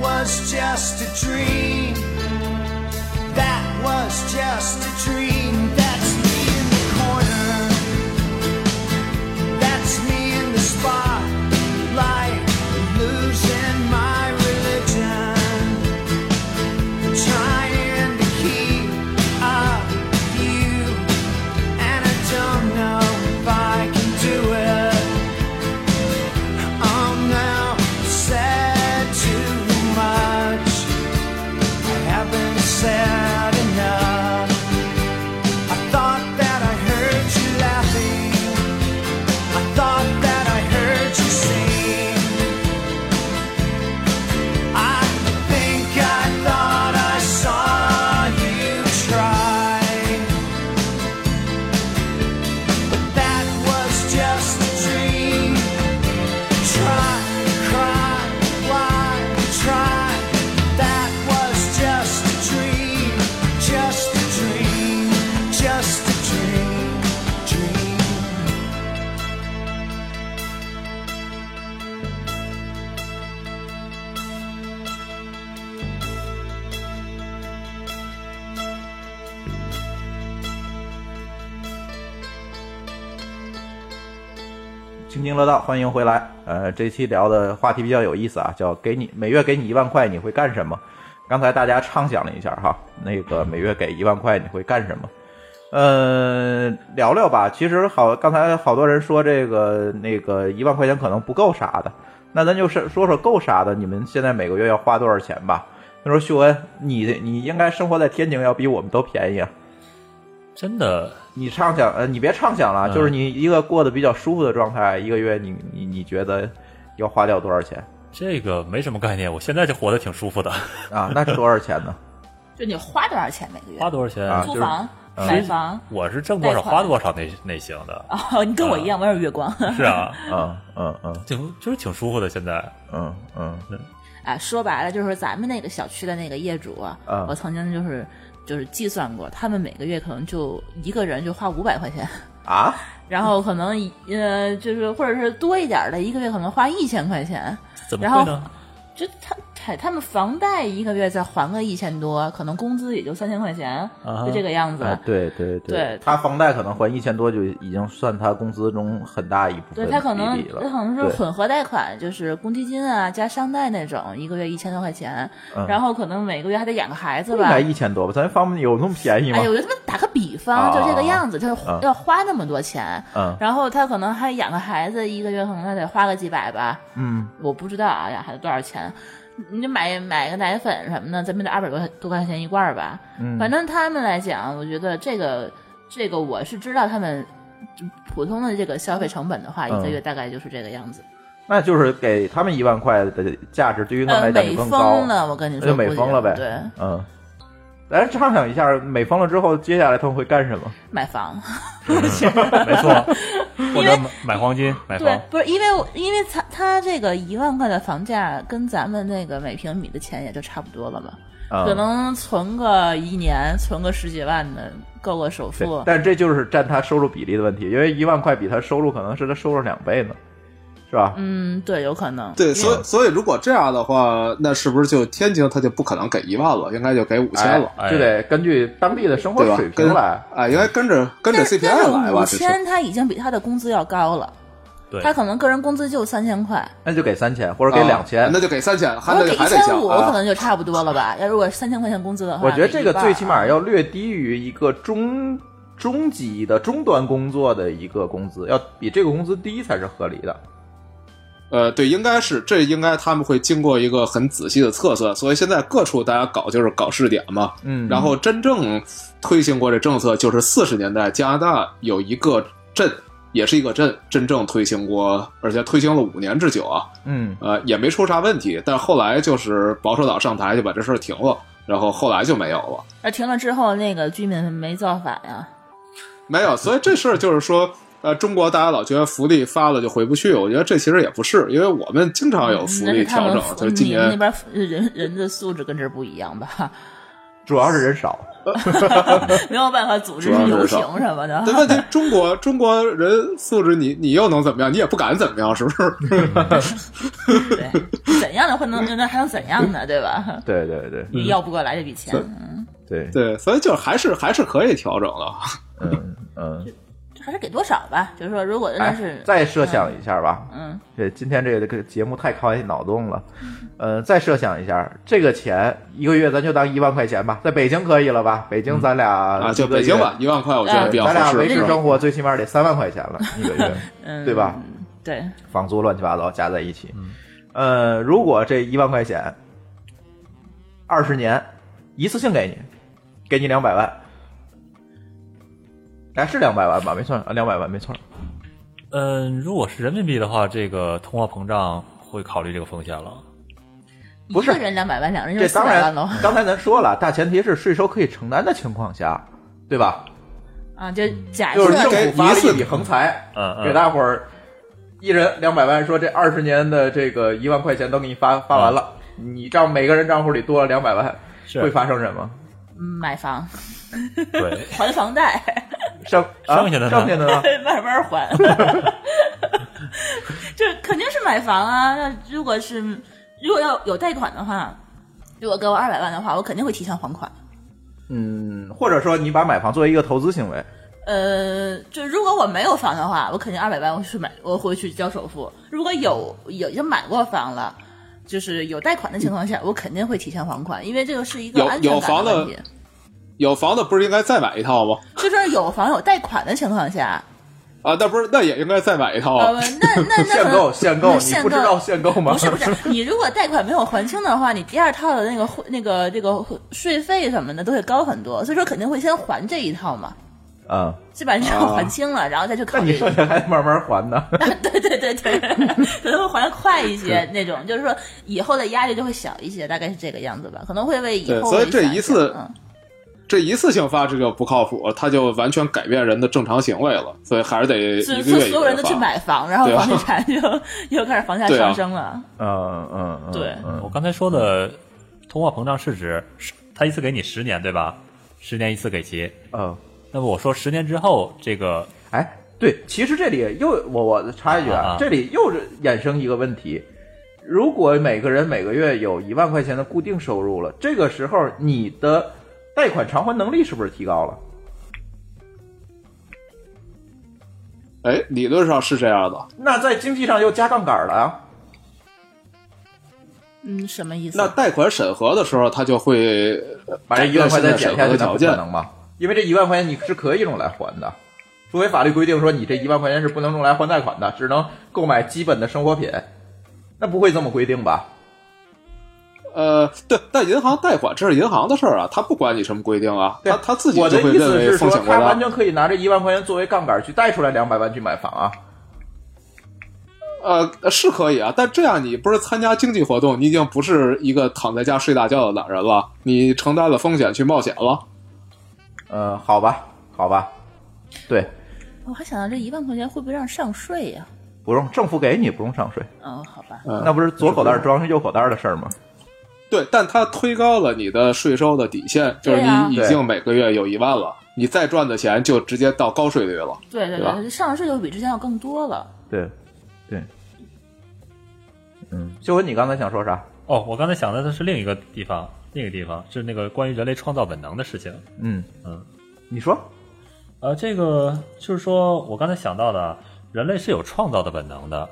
was just a dream. That was just a dream. That's me in the corner. That's me in the spotlight, losing my religion. Trying to keep up with you, and I don't know if I can do it. I'm now sad too much. I haven't said enough. I thought that I heard you laughing. I thought that I heard you sing. I think I thought I saw you try. But that was just a dream. Try, cry, why try? That was just a dream, just a dream, just a dream, dream. 津津乐道，欢迎回来。呃，这期聊的话题比较有意思啊，叫给你每月给你一万块，你会干什么？刚才大家畅想了一下哈，那个每月给一万块你会干什么？呃，聊聊吧。其实好，刚才好多人说这个那个一万块钱可能不够啥的，那咱就是说说够啥的。你们现在每个月要花多少钱吧？他说：“秀恩，你你应该生活在天津，要比我们都便宜啊。真的你畅想，呃，你别畅想了，嗯就是你一个过得比较舒服的状态，一个月你你你觉得要花掉多少钱这个没什么概念，我现在就活得挺舒服的。啊？那是多少钱呢？就你花多少钱每个月？花多少钱？啊租就是房、嗯买房。我是挣多少贷款花多少那那型的，哦， 你跟我一样，我也是月光。是 啊，嗯嗯嗯挺就是挺舒服的。现在嗯嗯啊，说白了就是咱们那个小区的那个业主啊，嗯我曾经就是就是计算过，他们每个月可能就一个人就花五百块钱，啊然后可能一呃就是或者是多一点儿的，一个月可能花一千块钱，怎么会然呢后？就他他他们房贷一个月再还个一千多，可能工资也就三千块钱，啊就这个样子。啊！对对对他房贷可能还一千多就已经算他工资中很大一部分对他可能比例他了，可能是混合贷款，就是公积金啊加商贷那种，一个月一千多块钱，嗯然后可能每个月还得养个孩子应吧该。一千多吧？咱房有那么便宜吗哎？呀，我就他妈打个比啊方，就这个样子，就是啊要花那么多钱，嗯然后他可能还养个孩子，一个月可能还得花个几百吧，嗯我不知道啊，养孩子多少钱。你就买买个奶粉什么的，咱们得二百多多块钱一罐儿吧。嗯，反正他们来讲，我觉得这个这个我是知道他们就普通的这个消费成本的话，嗯一个月大概就是这个样子。那就是给他们一万块的价值，对于他们来呃，讲就美更高疯了，我跟你那说，就美估计疯了呗。对，嗯，咱畅想一下，美疯了之后，接下来他们会干什么？买房。没错， 或者买买黄金、买对房，，不是因为我因为他他这个一万块的房价跟咱们那个每平米的钱也就差不多了嘛，嗯啊可能存个一年，存个十几万的，够个首对付。但这就是占他收入比例的问题，因为一万块比他收入可能是他收入两倍呢，是吧？嗯，对，有可能。 对，所以所以如果这样的话，那是不是就天津他就不可能给一万了，应该就给五千了，哎就得根据当地的生活对吧水？平跟来。哎，应该跟着跟着但是但 CPI 来是吧，五这是。千他已经比他的工资要高了，对，他可能个人工资就三千块，那就给三千，或者给两千、啊那就给三千，还我得给一还得千降五啊可能就差不多了吧。要如果三千块钱工资的话，我觉得这个给一半啊最起码要略低于一个中中级的中端工作的一个工资，要比这个工资低才是合理的。呃，对，应该是这应该他们会经过一个很仔细的测算，所以现在各处大家搞就是搞试点嘛，嗯然后真正推行过这政策就是四十年代加拿大有一个镇，也是一个镇，真正推行过，而且推行了五年之久啊，嗯呃，也没出啥问题，但后来就是保守党上台就把这事儿停了，然后后来就没有了。那停了之后，那个居民没造反呀？没有，所以这事儿就是说，呃，中国大家老觉得福利发了就回不去，我觉得这其实也不是，因为我们经常有福嗯那利是他调们整，福嗯就是今你们那年边人人的素质跟这儿不一样吧？主要是人少， 没有办法组织主要是游少行什么的。但问题中国中国人素质你，你又能怎么样？你也不敢怎么样，是 不是？对， 怎样的会能又能还能怎样嗯呢？对吧？对对对你要不过来这笔钱，对嗯，对，对，所以就是还是还是可以调整的。嗯嗯，还是给多少吧。就是说，如果真哎的是，再设想一下吧，嗯，这今天这个这个节目太考验脑洞了，呃，再设想一下，这个钱一个月咱就当一万块钱吧，在北京可以了吧？北京咱俩啊，啊就北京吧，，一万块我觉得比较咱俩合维适持。生活最起码得三万块钱 了一个月，嗯，对吧？对，房租乱七八糟加在一起，呃，如果这一万块钱，二十年一次性给你，给你两百万。哎，是两百万吧？没错，两百万没错。嗯，如果是人民币的话，这个通货膨胀会考虑这个风险了。不是一个人两百万，两个人就这四当百万然 喽。， 刚才咱说了，大前提是税收可以承担的情况下，对吧？啊，就假就是设政府发了一笔横财，嗯嗯给大伙儿一人两百万，说这二十年的这个一万块钱都给你发发完了，你账每个人账户里多了两百万，嗯是会发生什么？嗯买房 对，还房贷， 剩啊哎剩下的呢剩下的呢？慢慢还。 这肯定是买房啊。那如果是如果要有贷款的话，如果给我二百万的话，我肯定会提前还款。嗯，或者说你把买房作为一个投资行为，呃，就如果我没有房的话，我肯定二百万我去买，我会去交首付。如果有有已经买过房了，就是有贷款的情况下，我肯定会提前还款，因为这个是一个有安全有感房的问题。有房子不是应该再买一套吗？就是有房有贷款的情况下，啊，那不是那也应该再买一套呃啊？，那那那可限能购哦 限购，你限不知购道限购吗？不是 不是，你如果贷款没有还清的话，你第二套的那个会那个这个税费什么的都会高很多，所以说肯定会先还这一套嘛，嗯，基本上就还清了，然后再去考那你虑。剩下还得慢慢还呢。 对对对对，可能会还的快一些，那种就是说以后的压力就会小一些，大概是这个样子吧，可能会为以对后所以会这想一次想嗯这一次性发这就不靠谱，它就完全改变人的正常行为了，所以还是得所一以个所以月一所有人个都去发。买房，然后对啊房地产 就又开始房价对啊上升了。嗯嗯嗯，对嗯我刚才说的通货膨胀是指是他一次给你十年，对吧？十年一次给齐。嗯。那么我说十年之后，这个哎，对，其实这里又我我插一句啊啊啊，这里又是衍生一个问题：如果每个人每个月有一万块钱的固定收入了，这个时候你的贷款偿还能力是不是提高了？哎，理论上是这样的。那在经济上又加杠杆了啊！嗯，什么意思？ 那贷款审核的时候，他就会把这一万块钱减下去，那条不可件。能吗？因为这一万块钱你是可以用来还的，除非法律规定说你这一万块钱是不能用来还贷款的，只能购买基本的生活品，那不会这么规定吧？呃，对，但银行贷款这是银行的事儿啊，他不管你什么规定啊，对他他自己我就的会意认思为是风说，险过他大完。全可以拿这一万块钱作为杠杆去贷出来两百万去买房啊。呃，是可以啊，但这样你不是参加经济活动，你已经不是一个躺在家睡大觉的懒人了，你承担了风险去冒险了。呃，好吧，好吧，对，我还想到这一万块钱会不会让上税呀、不用政府给你不用上税，嗯，好吧，嗯、那不是左口袋装是右口袋的事儿吗？对，但它推高了你的税收的底线，就对是啊你已经每个月有一万了，你再赚的钱就直接到高税率了。对对对吧对，上税就比之前要更多了。对，对，嗯，秀文，你刚才想说啥？哦，我刚才想的那是另一个地方，另一个地方是那个关于人类创造本能的事情。嗯嗯，你说，呃，这个就是说我刚才想到的，人类是有创造的本能的。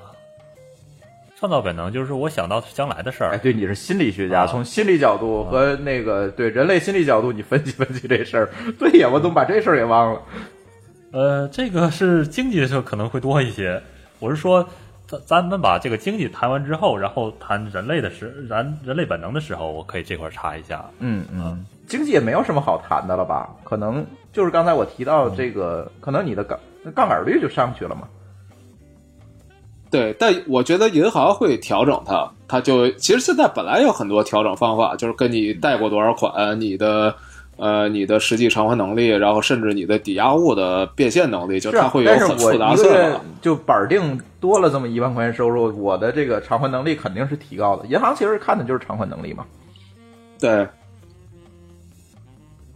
创造本能就是我想到将来的事哎，儿，对，你是心理学家，啊从心理角度和那个对人类心理角度，你分析分析这事儿。对呀，我怎么把这事儿也忘了？呃，这个是经济的时候可能会多一些。我是说，咱咱们把这个经济谈完之后，然后谈人类的时，咱人类本能的时候，我可以这块儿查一下。嗯嗯，经济也没有什么好谈的了吧？可能就是刚才我提到这个，可能你的杠杠杆率就上去了嘛。对，但我觉得银行会调整它，它就其实现在本来有很多调整方法，就是跟你嗯贷过多少款，你的呃你的实际偿还能力，然后甚至你的抵押物的变现能力，就是它啊，会有但是很我复杂一算个法月。就板儿定多了这么一万块钱收入，我的这个偿还能力肯定是提高的。银行其实看的就是偿还能力嘛。对，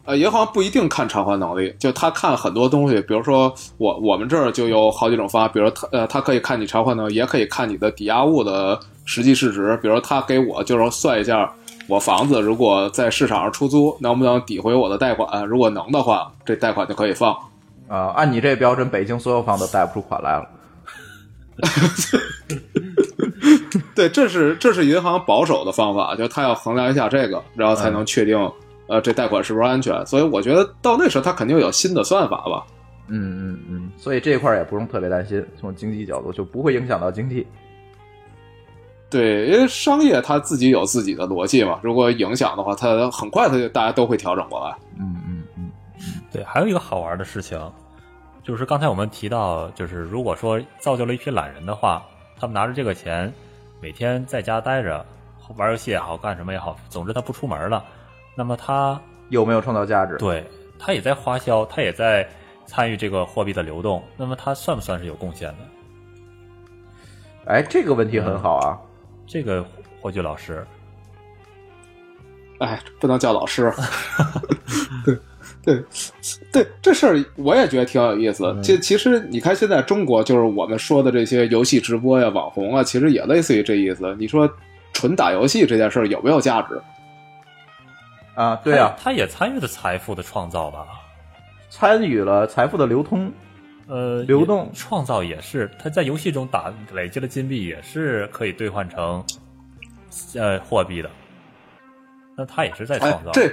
呃，银行不一定看偿还能力，就他看很多东西，比如说我我们这儿就有好几种方案，比如他呃，他可以看你偿还能力，也可以看你的抵押物的实际市值，比如他给我就是算一下。我房子如果在市场上出租，能不能抵回我的贷款？如果能的话，这贷款就可以放。啊，按你这标准，北京所有房都贷不出款来了。对，这是这是银行保守的方法，就是他要衡量一下这个，然后才能确定、呃这贷款是不是安全。所以我觉得到那时候他肯定有新的算法吧。嗯嗯嗯，所以这块儿也不用特别担心，从经济角度就不会影响到经济。对，因为商业他自己有自己的逻辑嘛，如果影响的话，他很快他就大家都会调整过来。嗯嗯嗯，对，还有一个好玩的事情，就是刚才我们提到，就是如果说造就了一批懒人的话，他们拿着这个钱，每天在家待着，玩游戏也好，干什么也好，总之他不出门了，那么他有没有创造价值？对他也在花销，他也在参与这个货币的流动，那么他算不算是有贡献的？哎，这个问题很好啊。这个霍炬老师，哎，不能叫老师。对，对，对，这事儿我也觉得挺有意思的。这、其实你看，现在中国就是我们说的这些游戏直播呀、网红啊，其实也类似于这意思。你说纯打游戏这件事儿有没有价值？啊，对啊，他他也参与了财富的创造吧？参与了财富的流通。呃，流动也创造也是，他在游戏中打累积了金币，也是可以兑换成呃货币的。那他也是在创哎造，，这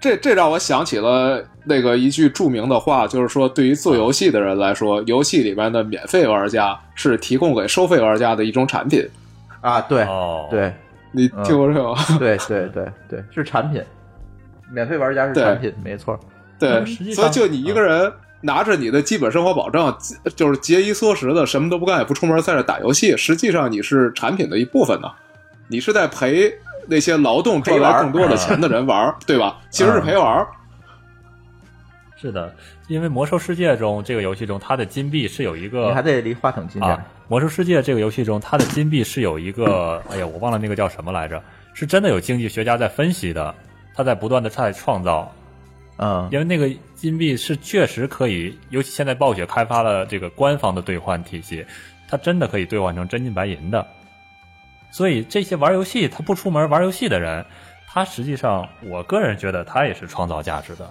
这这让我想起了那个一句著名的话，就是说，对于做游戏的人来说，游戏里面的免费玩家是提供给收费玩家的一种产品。啊，对、哦，，对你听过这个吗？ 对对对对，是产品，免费玩家是产品，没错。对，嗯实际所以上就你一个人拿着你的基本生活保障，呃就是节衣缩食的，什么都不干，也不出门，在这打游戏，实际上你是产品的一部分呢，你是在陪那些劳动赚来更多嗯的钱的人玩儿，对吧？其实是陪玩儿。是的，因为魔兽世界中这个游戏中，它的金币是有一个你还得离话筒近点。啊，魔兽世界这个游戏中，它的金币是有一个，哎呀，我忘了那个叫什么来着，是真的有经济学家在分析的，他在不断的在创造，嗯，因为那个金币是确实可以，尤其现在暴雪开发了这个官方的兑换体系，它真的可以兑换成真金白银的。所以这些玩游戏他不出门玩游戏的人，他实际上我个人觉得他也是创造价值的。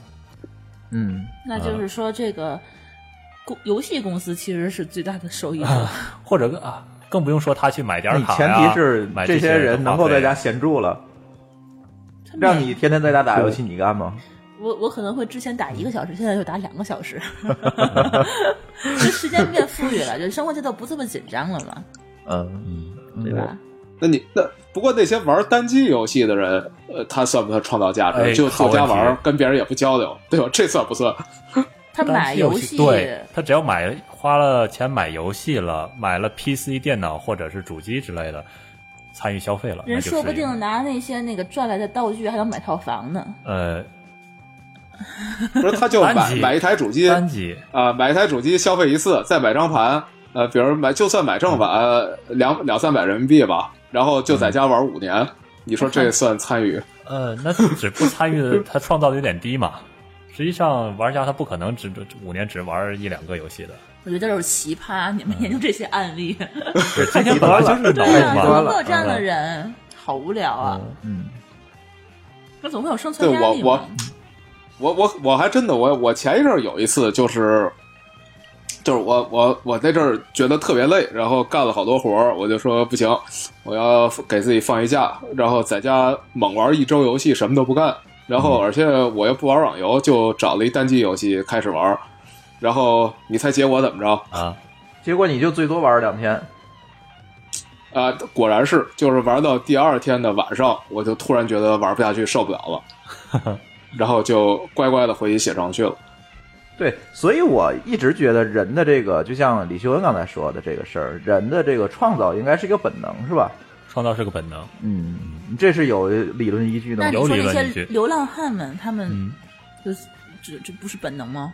嗯，那就是说这个公游戏公司其实是最大的受益者。或者啊，更不用说他去买点嗯你卡前呀、提是买这些些人能够在家花费啊闲住了，他们让你天天在家打游戏，你干吗？我我可能会之前打一个小时，现在就打两个小 时，就时间变富裕了，就生活节奏不这么紧张了嘛，嗯，对吧？那你那不过那些玩单机游戏的人，呃，他算不算创造价值？哎就坐家玩好儿问题，跟别人也不交流， 对吧？这算不算？他买游但是戏，对他只要买花了钱买游戏了，买了 PC 电脑或者是主机之类的，参与消费了，那人就是说不一个定拿那些那个赚来的道具还能买套房呢。呃不是，他就 单买机买一台主机，单机啊，买一台主机消费一次，再买张盘，呃，比如买就算买正版，嗯呃两两三百人民币吧，然后就在家玩五年，嗯你说这算参与？呃，那只不参与 的他创造的有点低嘛。实际上，玩家他不可能只只五年只玩一两个游戏的。我觉得这就是奇葩，你们研究这些案例，哎是今天本来就是脑对呀、啊洞怎嘛，么会有这样嗯的人？好无聊啊！嗯，那总会有生对存压我力我嘛。我我我还真的我我前一阵儿有一次就是。就是我我我那阵儿觉得特别累，然后干了好多活儿，我就说不行，我要给自己放一假，然后在家猛玩一周游戏，什么都不干。然后而且我又不玩网游，就找了一单机游戏开始玩儿。然后你猜结果怎么着？啊，结果你就最多玩两天。啊、果然是，就是玩到第二天的晚上，我就突然觉得玩不下去，受不了了，然后就乖乖的回去写程序了。对，所以我一直觉得人的这个，就像李秀恩刚才说的这个事儿，人的这个创造应该是一个本能，是吧？创造是个本能。嗯，这是有理论依据的那吗。你有说理那论依据些流浪汉们，他们嗯，就是这这不是本能吗？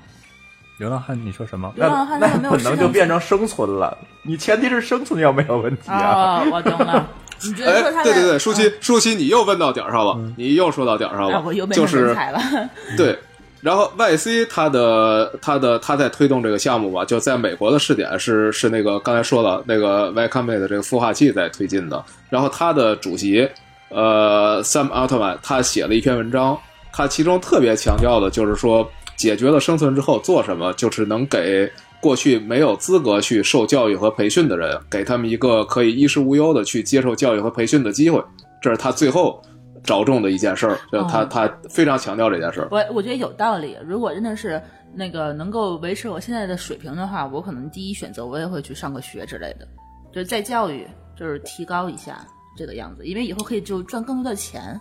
流浪汉，你说什么？流浪汉他们没有本事能情就做变成生存了。你前提是生存要没有问题啊。哦，我懂了。你觉得说哎，他对在对对，舒淇，舒淇，你又问到点儿上了，你又说到点儿上啊，了，我又被就人是踩了。 对，然后 YC 它的它的它在推动这个项目吧，就在美国的试点是是那个刚才说了那个 Y Combinator 的这个孵化器在推进的，然后它的主席呃 Sam Altman 他写了一篇文章，他其中特别强调的就是说解决了生存之后做什么，就是能给。过去没有资格去受教育和培训的人，给他们一个可以衣食无忧的去接受教育和培训的机会，这是他最后着重的一件事儿。就是他哦他非常强调这件事儿。我我觉得有道理。如果真的是那个能够维持我现在的水平的话，我可能第一选择我也会去上个学之类的，就是在教育，就是提高一下这个样子，因为以后可以就赚更多的钱。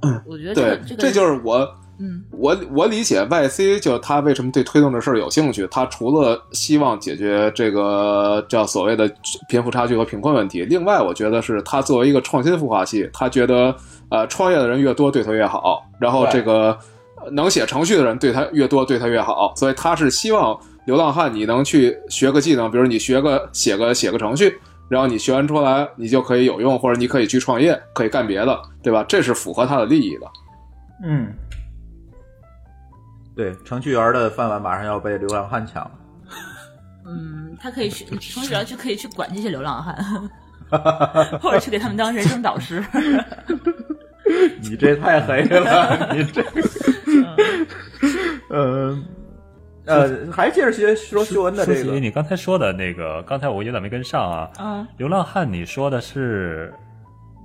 嗯，我觉得这个对，个这就是我嗯我我理解 YC 就他为什么对推动这事儿有兴趣，他除了希望解决这个叫所谓的贫富差距和贫困问题，另外我觉得是他作为一个创新孵化器，他觉得呃创业的人越多对他越好，然后这个呃能写程序的人对他越多对他越好，所以他是希望流浪汉你能去学个技能，比如你学个写个写个程序。然后你学完出来，你就可以有用，或者你可以去创业，可以干别的，对吧？这是符合他的利益的。嗯，对，程序员的饭碗马上要被流浪汉抢了。嗯，他可以 去，从小就可以去管这些流浪汉，或者去给他们当人生导师。 你这太黑了，你这， 嗯，呃，还接着学说修文的这舒淇个，你刚才说的那个，刚才我有点没跟上啊。嗯，流浪汉，你说的是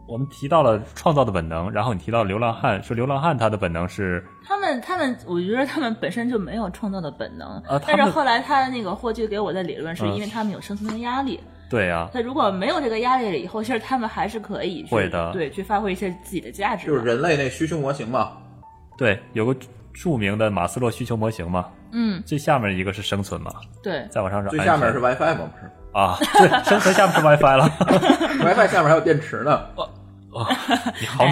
我们提到了创造的本能，然后你提到流浪汉，说流浪汉他的本能是他们他们，我觉得他们本身就没有创造的本能。啊他但们是后来他的那个霍炬给我的理论是嗯因为他们有生存的压力。对啊，他如果没有这个压力了以后，其实他们还是可以去会的对，去发挥一些自己的价值的。就是人类那需求模型嘛。对，有个著名的马斯洛需求模型嘛，嗯，最下面一个是生存嘛，对，再往上是最安下面全是 WiFi 嘛，不是啊，对，生存下面是 WiFi 了。 ？WiFi 下面还有电池呢。哦，你好，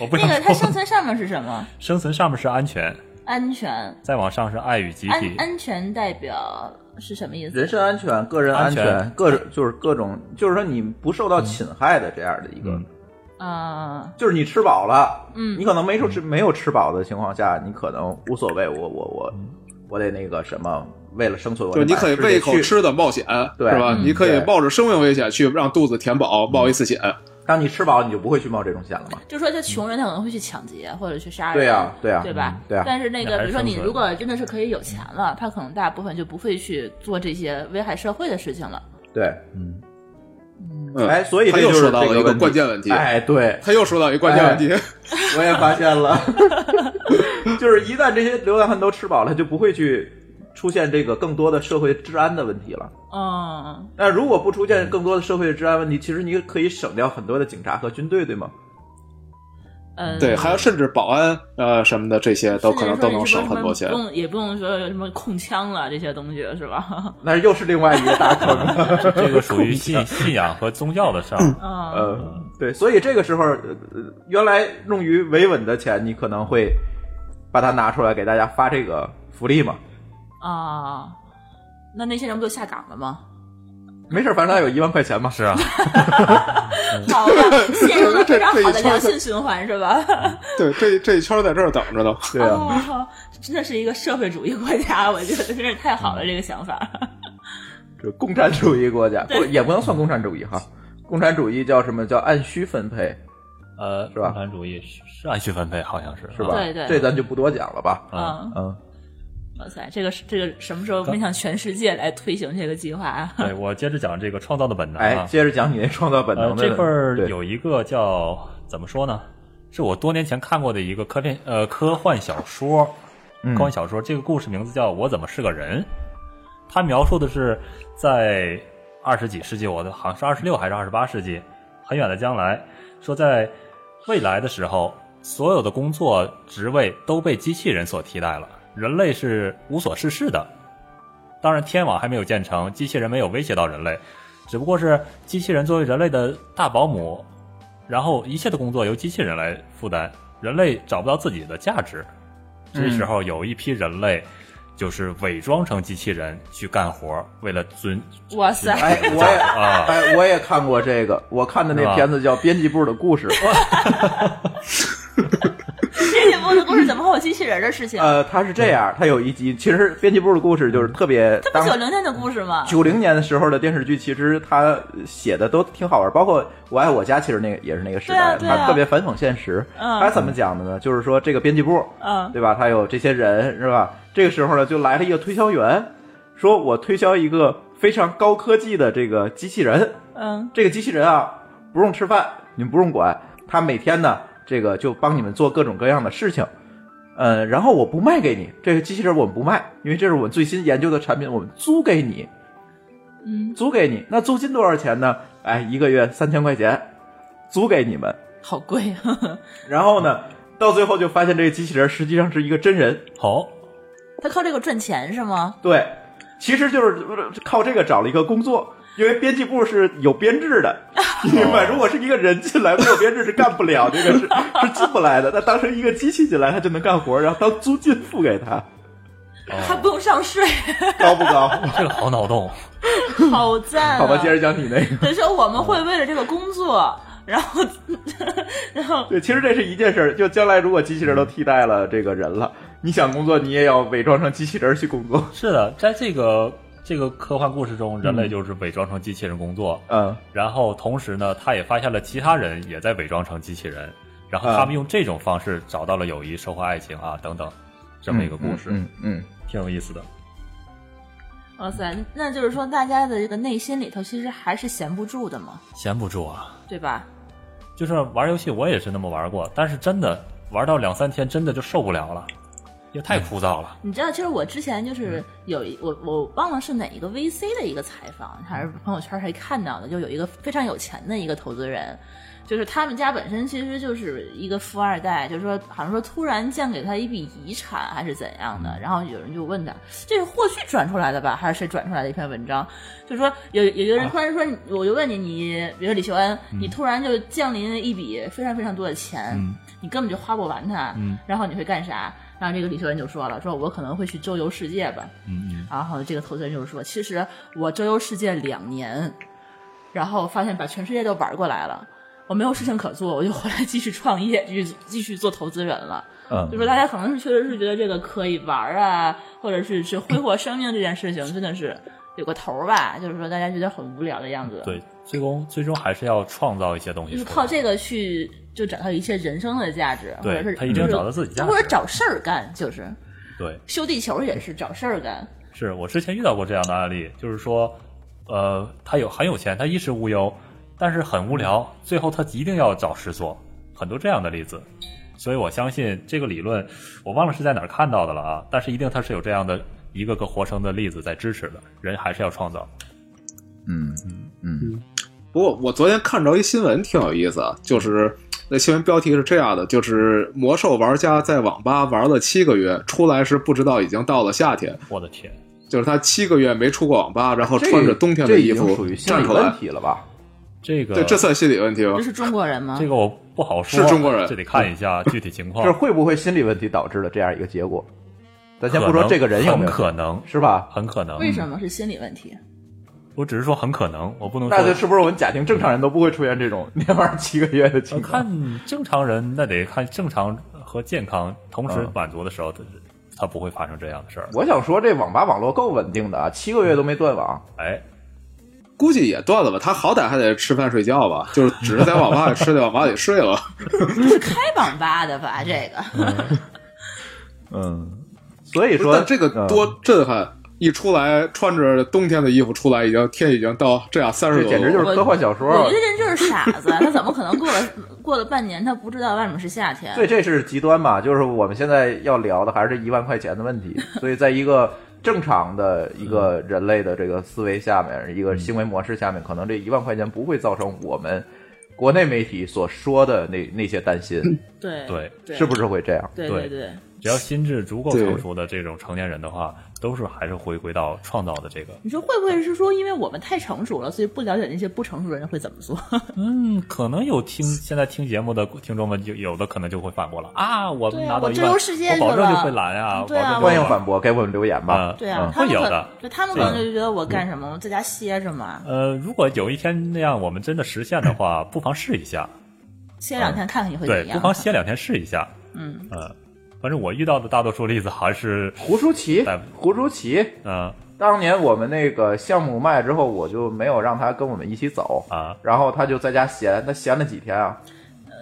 我 不那想个它说。生存上面是什么？生存上面是安全，安全，再往上是爱与集安体。安全代表是什么意思？人身安全、个人安安全、各种就是各种，就是说你不受到侵害的这样的一个，嗯啊、就是你吃饱了，嗯你可能没说吃没有吃饱的情况下，你可能无所谓，我我我我得那个什么，为了生存，我就得是买你可以吃为一得口去吃的冒险，对是吧？嗯你可以对嗯冒着生命危险去让肚子填饱，冒一次险。当你吃饱，你就不会去冒这种险了嘛？就说这穷人他可能会去抢劫或者去杀人，对呀对呀对吧？对呀啊但是那那个，还比是如说你生存如果真的是可以有钱了，他可能大部分就不会去做这些危害社会的事情了。对，嗯，嗯，哎，所以他这就又是说到这了一个问关键问题，哎，对，他又说到一个关键问题，我也发现了， 就是一旦这些流浪汉都吃饱了，就不会去出现这个更多的社会治安的问题了。嗯，那如果不出现更多的社会治安问题，其实你可以省掉很多的警察和军队，对吗？呃， 对，还有甚至保安呃什么的这些都可能都能省很多钱不。用也不用说什么控枪了这些东西是吧？ 那又是另外一个大坑。这个属于信信仰和宗教的事儿。嗯，呃，对，所以这个时候，呃原来用于维稳的钱，你可能会把它拿出来给大家发这个福利嘛。啊，那那些人不就下岗了吗？没事儿，反正他有一万块钱嘛。是啊， 好吧，陷入了非常 好这的一圈良儿性循环是吧？对，这这一圈在这儿等着呢。对啊， 哦，真的是一个社会主义国家，我觉得真是太好了，这个想法。就共产主义国家，不也不能算共产主义哈。共产主义叫什么叫按需分配，呃，是吧共产主义是是按需分配，好像是是吧？啊对对这咱就不多讲了吧。嗯嗯，嗯，哇塞，这个是这个什么时候面向全世界来推行这个计划啊？对，我接着讲这个创造的本能哎，啊。接着讲你那创造本呃能，的。这块儿对有一个叫怎么说呢？是我多年前看过的一个科片呃科幻小说，嗯科幻小说这个故事名字叫《我怎么是个人》，它描述的是在二十几世纪，我的好像是二十六还是二十八世纪，很远的将来，说在未来的时候，所有的工作职位都被机器人所替代了，人类是无所事事的。当然，天网还没有建成，机器人没有威胁到人类，只不过是机器人作为人类的大保姆，然后一切的工作由机器人来负担，人类找不到自己的价值。这时候有一批人类就是伪装成机器人去干活，为了遵哇塞，哎，我也，啊哎，我也看过这个，我看的是那吧片子叫《编辑部的故事》。这节目的故事怎么会有机器人的事情？呃，它是这样，它有一集，其实《编辑部的故事》就是特别它不当九零年的故事吗？九零年的时候的电视剧，其实它写的都挺好玩，包括《我爱我家》，其实那个也是那个时代，对啊对啊它特别反讽现实。嗯它怎么讲的呢？就是说这个编辑部，嗯对吧？它有这些人，是吧？这个时候呢，就来了一个推销员，说我推销一个非常高科技的这个机器人，嗯，这个机器人啊，不用吃饭，你们不用管，它每天呢，这个就帮你们做各种各样的事情。呃，然后我不卖给你，这个机器人我们不卖，因为这是我们最新研究的产品，我们租给你。嗯，租给你，那租金多少钱呢？哎，一个月三千块钱，租给你们。好贵啊！ 然后呢，到最后就发现这个机器人实际上是一个真人，好，他靠这个赚钱是吗？对，其实就是呃靠这个找了一个工作，因为编辑部是有编制的，你明白？如果是一个人进来没有编制是干不了，这个是是进不来的。那当成一个机器进来，他就能干活，然后当租金付给他，哦还不用上税， 高不高？ 这个好脑洞，好赞、啊！好吧，接着讲你那个。等于说我们会为了这个工作，然后， 然后对，其实这是一件事儿，就将来如果机器人都替代了这个人了，你想工作，你也要伪装成机器人去工嗯作。是的，在这个这个科幻故事中，人类就是伪装成机器人工作，嗯，然后同时呢，他也发现了其他人也在伪装成机器人，然后啊他们用这种方式找到了友谊、收获爱情啊等等，这么一个故事，嗯嗯，挺有意思的。哇塞，那就是说大家的这个内心里头其实还是闲不住的嘛，闲不住啊，对吧？就是玩游戏我也是那么玩过，但是真的玩到两三天，真的就受不了了，也太枯燥了。你知道，就是我之前嗯就是有一我我忘了是哪一个 VC 的一个采访，还是朋友圈还看到的，就有一个非常有钱的一个投资人，就是他们家本身其实就是一个富二代，就是说好像说突然降给他一笔遗产还是怎样嗯的，然后有人就问他，这是霍去转出来的吧，还是谁转出来的一篇文章？就说有有一个人啊突然说，我就问你，你比如说李秀恩，你突然就降临了一笔非常非常多的钱，嗯你根本就花不完它，嗯然后你会干啥？然后这个李秀恩就说了，说我可能会去周游世界吧。嗯嗯，然后这个投资人就说，其实我周游世界两年，然后发现把全世界都玩过来了，我没有事情可做，我就回来继续创业，继续继续做投资人了。嗯就说大家可能是确实是觉得这个可以玩儿啊，或者是去挥霍生命这件事情，真的是有个头儿吧？就是说大家觉得很无聊的样子。。对，最终最终还是要创造一些东西就是出来，靠这个去就找到一些人生的价值，或对者是他一定就是找到自己价值或者找事儿干，就是对。修地球也是找事儿干。是我之前遇到过这样的案例，就是说，呃，他有很有钱，他衣食无忧，但是很无聊，最后他一定要找事做，很多这样的例子。所以我相信这个理论，我忘了是在哪儿看到的了啊，但是一定它是有这样的一个个活生的例子在支持的，人还是要创造。嗯嗯不过我昨天看着一新闻挺有意思啊，就是那新闻标题是这样的，就是魔兽玩家在网吧玩了七个月，出来时不知道已经到了夏天，我的天，就是他七个月没出过网吧，然后这穿着冬天这的已衣经服属于心站理出问来，题了吧？这个对，这算心理问题吗这？是中国人吗？这个我不好说，是中国人这得看一下具体情况这。会不会心理问题导致的这样一个结果？咱先不可说能这个人有很没有，可能，是吧？很可能。为什么是心理问题？我只是说很可能，我不能说。那就是不是我们假定正常人都不会出现 这种连玩七个月的呃情况？看正常人，那得看正常和健康同时嗯满足的时候，他他不会发生这样的事儿。我想说，这网吧网络够稳定的啊，七个月都没断网。哎，估计也断了吧，他好歹还得吃饭睡觉 吧，就是只是在网吧里吃，在网吧里睡了。开网吧的吧？这个嗯，所以不是 说但这个嗯多震撼！一出来穿着冬天的衣服出来，已经天已经到这样三十这多度，简直就是科幻小我觉说得。这就是傻子， 他怎么可能过了过了半年，他不知道外面是夏天？对，这是极端嘛？就是我们现在要聊的还是一万块钱的问题。所以，在一个正常的一个人类的这个思维下面，一个行为模式下面，可能这一万块钱不会造成我们国内媒体所说的那那些担心，对对对，是不是会这样？嗯对对对对，只要心智足够对成熟的这种成年人的话，都是还是回归到创造的这个。你说会不会是说，因为我们太成熟了，所以不了解那些不成熟的人会怎么做？嗯，可能有听现在听节目的听众们，就有的可能就会反驳了啊，我对们啊拿到我一周万，游世界我保去证就了会拦呀，对保证啊就欢迎会反驳，给我们留言吧嗯。对啊嗯，他会们有可的对他们可能就觉得我干什么，我在家歇着嘛，呃，如果有一天那样我们真的实现的话，不妨试一下，歇两天看看你会嗯对怎，不样。妨歇两天试一下。嗯，呃，反正我遇到的大多数例子还是，胡舒淇但，胡舒淇，嗯当年我们那个项目卖之后，我就没有让他跟我们一起走，啊，然后他就在家闲，他闲了几天啊？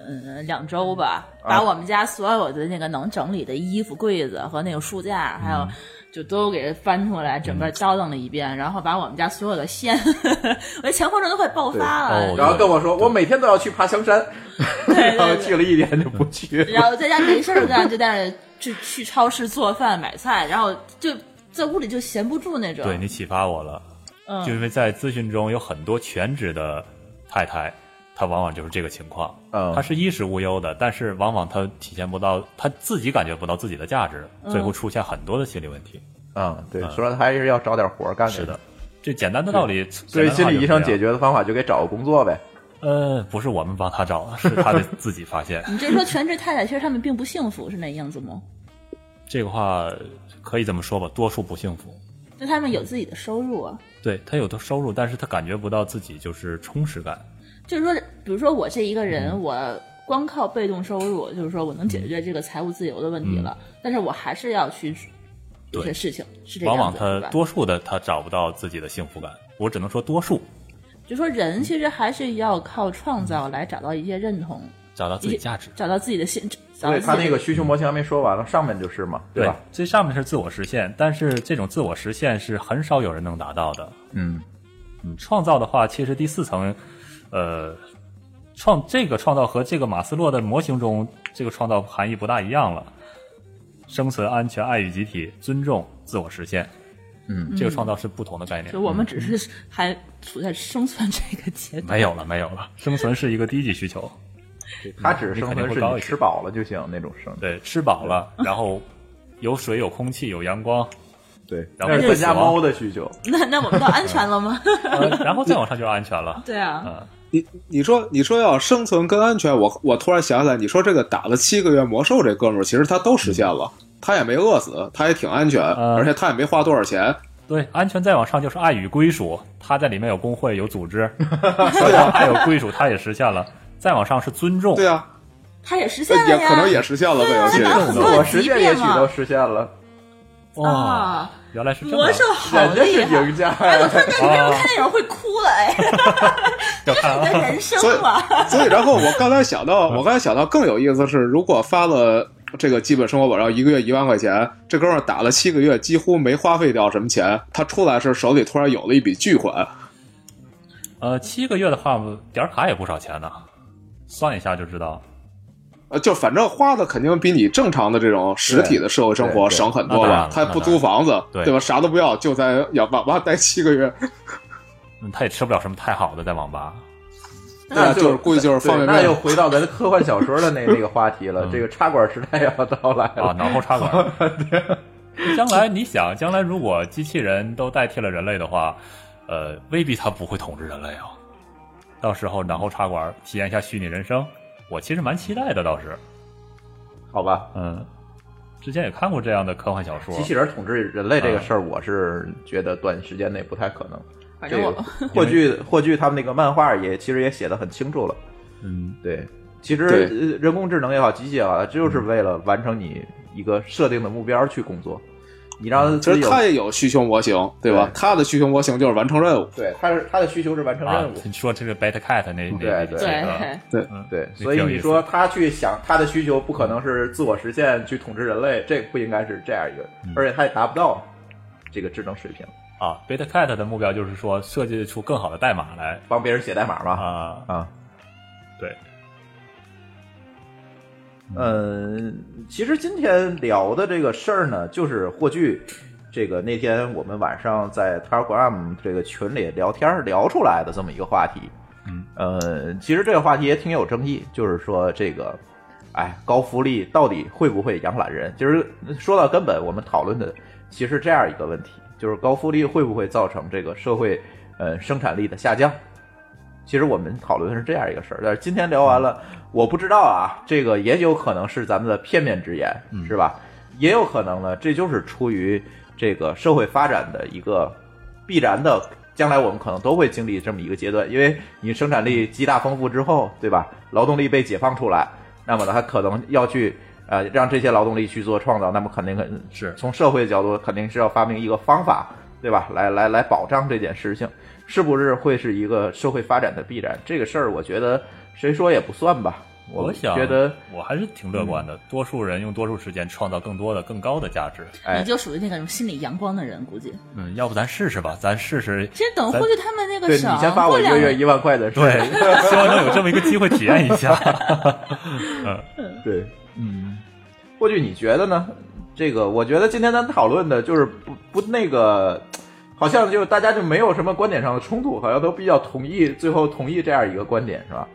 嗯，两周吧，啊把我们家所有的那个能整理的衣服柜子和那个书架，还有嗯就都给翻出来，整个倒腾了一遍，然后把我们家所有的线， 我的强迫症都快爆发对了哦。然后跟我说，我每天都要去爬香山，对然后去了一天就不去了。然后在家没事儿干，就在那儿去去超市做饭买菜，然后就在屋里就闲不住那种。对你启发我了，嗯，就因为在咨询中有很多全职的太太，她往往就是这个情况，嗯她是衣食无忧的，但是往往她体现不到，她自己感觉不到自己的价值，嗯所以会出现很多的心理问题。嗯，对，说他还是要找点活儿干。啊是的，，这简单的道理，所简单以的心道理就理医是这样生解。决的方法就给找个工作呗。呃，不是我们帮她找，是她得自己发 现。你这说全职太太，其实他们并不幸福，是那样子吗？这个话可以这么说吧，多数不幸福。就他们有自己的收入啊。对他有的收入，但是他感觉不到自己就是充实感。就是说，比如说我这一个嗯人，我光靠被动收入，就是说我能解决这个财务自由的问题了，但是我还是要去嗯对一些事情，是这样往往子他对吧多数的他找不到自己的幸福感，我只能说多数就说人其实还是要靠创嗯造来找到一些认同，找到自己价值。找到自己的心，找到对自己他的那个需求模型还没说完了，上面就是嘛，对吧？，最上面是自我实现，但是这种自我实现是很少有人能达到的。嗯，嗯，创造的话，其实第四层，呃，创这个创造和这个马斯洛的模型中这个创造含义不大一样了。生存、安全、爱与集体、尊重、自我实现，嗯，这个创造是不同的概念。就我们只嗯是还处在生存这个阶段，没有了，没有了，生存是一个低级需求。嗯他只是你生肯定会存是高你一些吃饱了就行那种生存。嗯对，吃饱了，嗯然后有水、有空气、有阳 光，对，然后那是就咱死家亡猫的需求。那那我们到安全了吗？ 呃然后再往上就是安全了。对啊，嗯，你你说你说要生存跟安全，我我突然想起来，你说这个打了七个月魔兽这哥们儿，其实他都实现了，嗯他也没饿死，他也挺安全，嗯而且他也没花多少钱。对，安全再往上就是爱与归属，他在里面有工会、有组 织，所以爱有归属他也实现了。再往上是尊重，对啊， 他也实现了也呀，可能也实现了对这啊游那哪戏。有这很种多我人实即现便也许都嘛实现了，哇啊，原来是这么啊魔兽好人家厉是害。赢家 哎，我呀。看那为什么看电影会哭了？哎， 就看你的啊，人生所以嘛， 所以，然后我刚才想到，我刚才想到更有意思的是，如果发了这个基本生活保障一个月一万块钱，这哥们儿打了七个月，几乎没花费掉什么钱，他出来是手里突然有了一笔巨款，呃，七个月的话，点儿卡也不少钱呢，算一下就知道。呃，就反正花的肯定比你正常的这种实体的社会生活对对省很多那当然吧了？他也不租房子，对吧？啥都不要，就在要网吧待七个月，嗯，他也吃不了什么太好的，在网吧。那 就是估计就是对方便那又面。回到咱科幻小说 的那那个话题了，这个插管时代要到来嗯啊，了。脑后插管。 将来你想，将来如果机器人都代替了人类的话，呃，未必它不会统治人类啊。到时候脑后插管，体验一下虚拟人生，我其实蛮期待的，倒是。好吧，嗯，之前也看过这样的科幻小说机，器人统治人类这啊个事儿，我是觉得短时间内不太可能。反正这我个霍炬霍炬他们那个漫画也其实也写的很清楚了。嗯，对，其实对呃人工智能也好，机械也好，就是为了完成你一个设定的目标去工作。嗯你让其自实己有他也有需求模型，对吧对？他的需求模型就是完成任务。对，他是他的需求是完成啊任务，，你说这个 Beta Cat 那那对那对几对个，对，这所以挺有意你思说他去想他的需求不可能是自我实现去统治人类，这个不应该是这样一个，嗯而且他也达不到这个智能水平，啊，Beta Cat 的目标就是说设计出更好的代码 来帮别人写代码嘛啊，啊，对，嗯，其实今天聊的这个事儿呢，就是霍炬，这个那天我们晚上在 Telegram 这个群里聊天儿聊出来的这么一个话题。嗯，呃，其实这个话题也挺有争议，就是说这个，哎，高福利到底会不会养懒人？就是说到根本，我们讨论的其实这样一个问题，就是高复利会不会造成这个社会呃生产力的下降？其实我们讨论的是这样一个事儿，但是今天聊完了，我不知道啊，这个也有可能是咱们的片面之言，是吧？也有可能呢，这就是出于这个社会发展的一个必然的，将来我们可能都会经历这么一个阶段，因为你生产力极大丰富之后，对吧？劳动力被解放出来，那么呢，它可能要去呃让这些劳动力去做创造，那么肯定肯 是从社会角度肯定是要发明一个方法，对吧？来来来保障这件事情，是不是会是一个社会发展的必然？这个事儿，我觉得谁说也不算吧。我想觉得，嗯我还是挺乐观的，多数人用多数时间创造更多的、更高的价值。哎你就属于那种心理阳光的人，估计。嗯，要不咱试试吧？咱试试，其实等咱霍去他们那对个你省，先发我过一两个月一万块的事，对，希望能有这么一个机会体验一下。对，嗯，霍炬，你觉得呢？这个，我觉得今天咱讨论的就是不不那个，好像就大家就没有什么观点上的冲突，好像都比较同意，最后同意这样一个观点，是吧？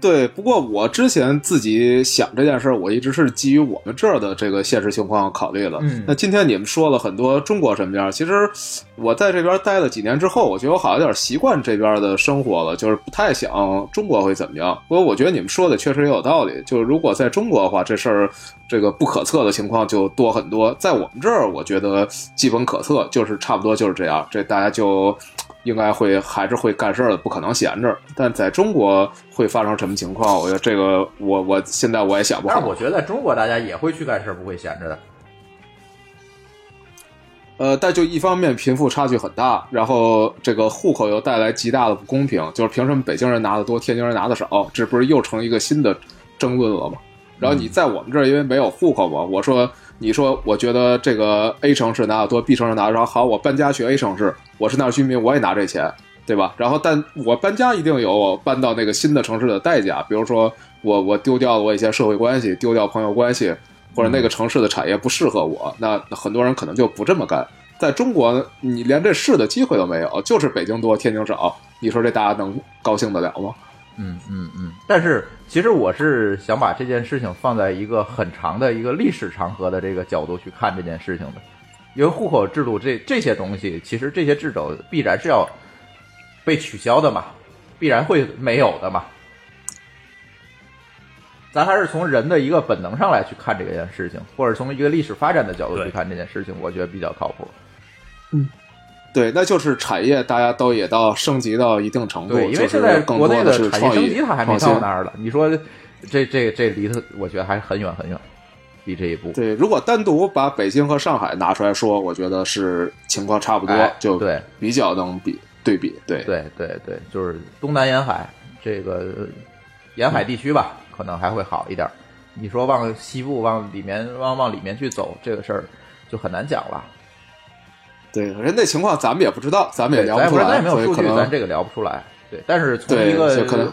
对，不过我之前自己想这件事儿，我一直是基于我们这儿的这个现实情况考虑了。嗯那今天你们说了很多中国什么样，其实我在这边待了几年之后，我觉得我好像有点习惯这边的生活了，就是不太想中国会怎么样。不过我觉得你们说的确实也有道理，就是如果在中国的话，这事儿这个不可测的情况就多很多。在我们这儿，我觉得基本可测，就是差不多就是这样，这大家就。应该会还是会干事儿的，不可能闲着。但在中国会发生什么情况？我觉得这个我我现在我也想不但是好我。觉得中国大家也会去干事，不会闲着的。呃，但就一方面贫富差距很大，然后这个户口又带来极大的不公平，就是凭什么北京人拿的多，天津人拿的少？这不是又成一个新的争论了吗？然后你在我们这儿因为没有户口嘛，我说你说我觉得这个 A 城市拿的多，B 城市拿的少，好，我搬家去 A 城市，我是那儿居民，我也拿这钱，对吧？然后但我搬家一定有我搬到那个新的城市的代价，比如说我我丢掉了我一些社会关系，丢掉朋友关系，或者那嗯个城市的产业不适合我，那那很多人可能就不这么干。在中国，你连这试的机会都没有，就是北京多，天津少。你说这大家能高兴得了吗？嗯嗯嗯。但是其实我是想把这件事情放在一个很长的一个历史长河的这个角度去看这件事情的，因为户口制度这这些东西，其实这些制度必然是要被取消的嘛，必然会没有的嘛。咱还是从人的一个本能上来去看这件事情，或者从一个历史发展的角度去对看这件事情，我觉得比较靠谱。对，那就是产业，大家都也到升级到一定程度，对，因为就现是在更国多内的是产业创升意级它还没创新到那儿了，你说这这这离它，我觉得还很远很远，离这一步。对，如果单独把北京和上海拿出来说，我觉得是情况差不多，哎就对比较能比对比。对，对对对，就是东南沿海这个沿海地区吧，可能还会好一点儿。你说往西部、往里面、往往里面去走，这个事儿就很难讲了。对人那情况咱们也不知道，咱们也对，聊咱也出不是咱来也，没所有以数可据，能咱这个聊不出来。对，但是从对一个就可能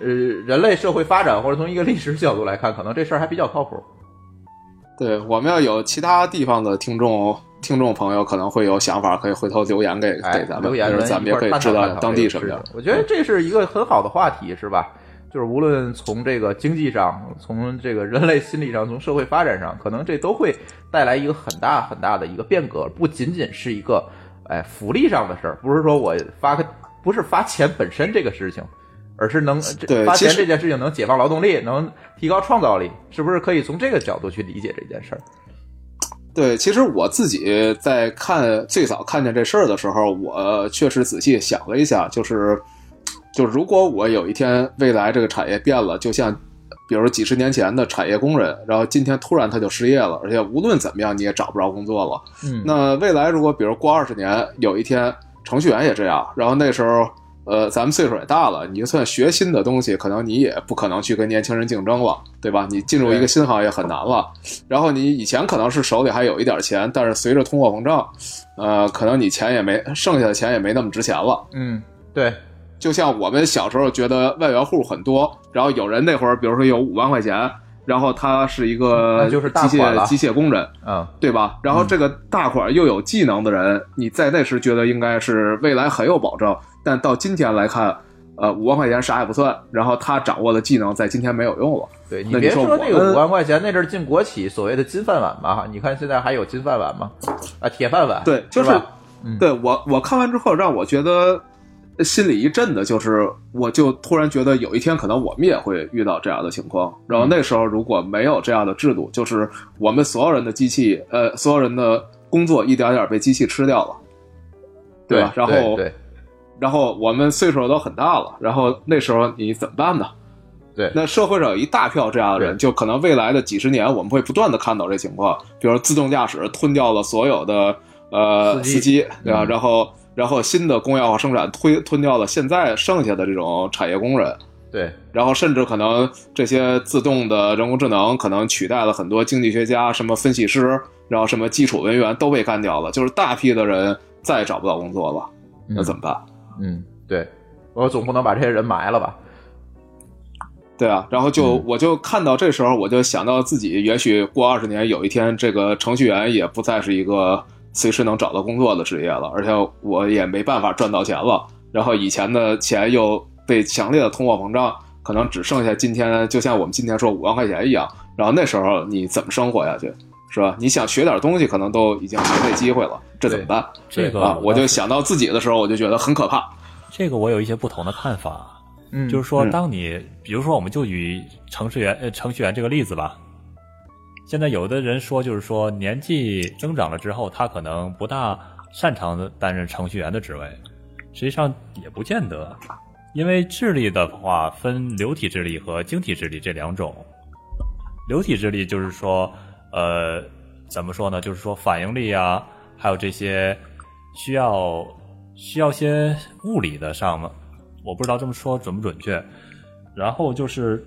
呃人类社会发展或者从一个历史角度来看，可能这事儿还比较靠谱。对我们要有其他地方的听众。听众朋友可能会有想法，可以回头留言给哎，给咱们，留言就是咱们也可以知道当地什么样。我觉得这是一个很好的话题，是吧？就是无论从这个经济上，从这个人类心理上，从社会发展上，可能这都会带来一个很大很大的一个变革，不仅仅是一个哎福利上的事儿，不是说我发个不是发钱本身这个事情，而是能这对发其钱实这件事情能解放劳动力，能提高创造力，是不是可以从这个角度去理解这件事儿？对，其实我自己在看最早看见这事儿的时候，我确实仔细想了一下，就是，就如果我有一天未来这个产业变了，就像比如几十年前的产业工人，然后今天突然他就失业了，而且无论怎么样你也找不着工作了。嗯那未来如果比如过二十年，有一天程序员也这样，然后那时候。呃，咱们岁数也大了，你就算学新的东西，可能你也不可能去跟年轻人竞争了，对吧？你进入一对个新行业很难了。然后你以前可能是手里还有一点钱，但是随着通货膨胀，呃，可能你钱也没剩下的钱也没那么值钱了。嗯，对，就像我们小时候觉得万元户很多，然后有人那会儿，比如说有五万块钱，然后他是一个那呃就是机大款了械机械工人，嗯，对吧？然后这个大款又有技能的人，你在那时觉得应该是未来很有保障，但到今天来看，呃，五万块钱啥也不算，然后他掌握的技能在今天没有用了。对你那你别说说我这个们呃五万块钱，那阵儿进国企所谓的金饭碗吧，你看现在还有金饭碗吗？啊，铁饭碗，对，就是是吧对我我看完之后，让我觉得心里一震的，就是我就突然觉得有一天可能我们也会遇到这样的情况。然嗯后那时候如果没有这样的制度，就是我们所有人的机器，呃，所有人的工作一点点被机器吃掉了，对吧？然后对然后我们岁数都很大了，然后那时候你怎么办呢？对对那社会上有一大票这样的人，对就可能未来的几十年，我们会不断的看到这情况，比如自动驾驶吞掉了所有的呃司机司机，对吧？嗯然后然后新的工业化生产吞吞掉了现在剩下的这种产业工人，对然后甚至可能这些自动的人工智能可能取代了很多经济学家、什么分析师，然后什么基础文员都被干掉了，就是大批的人再也找不到工作了，那怎么办？嗯，对，我总不能把这些人埋了吧？对啊，然后就、嗯我就看到这时候，我就想到自己也许过二十年，有一天这个程序员也不再是一个随时能找到工作的职业了，而且我也没办法赚到钱了。然后以前的钱又被强烈的通货膨胀，可能只剩下今天，就像我们今天说五万块钱一样。然后那时候你怎么生活下去，是吧？你想学点东西，可能都已经没那机会了，这怎么办？这个啊，我倒就是想到自己的时候，我就觉得很可怕。这个我有一些不同的看法，嗯，就是说，嗯当你比如说，我们就以程序员呃程序员这个例子吧，现在有的人说，就是说年纪增长了之后，他可能不大擅长地担任程序员的职位，实际上也不见得，因为智力的话分流体智力和晶体智力这两种，流体智力就是说，呃，怎么说呢？就是说反应力啊，还有这些需要需要些物理的上嘛，我不知道这么说准不准确。然后就是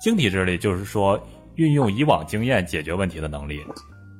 晶体智力，就是说运用以往经验解决问题的能力。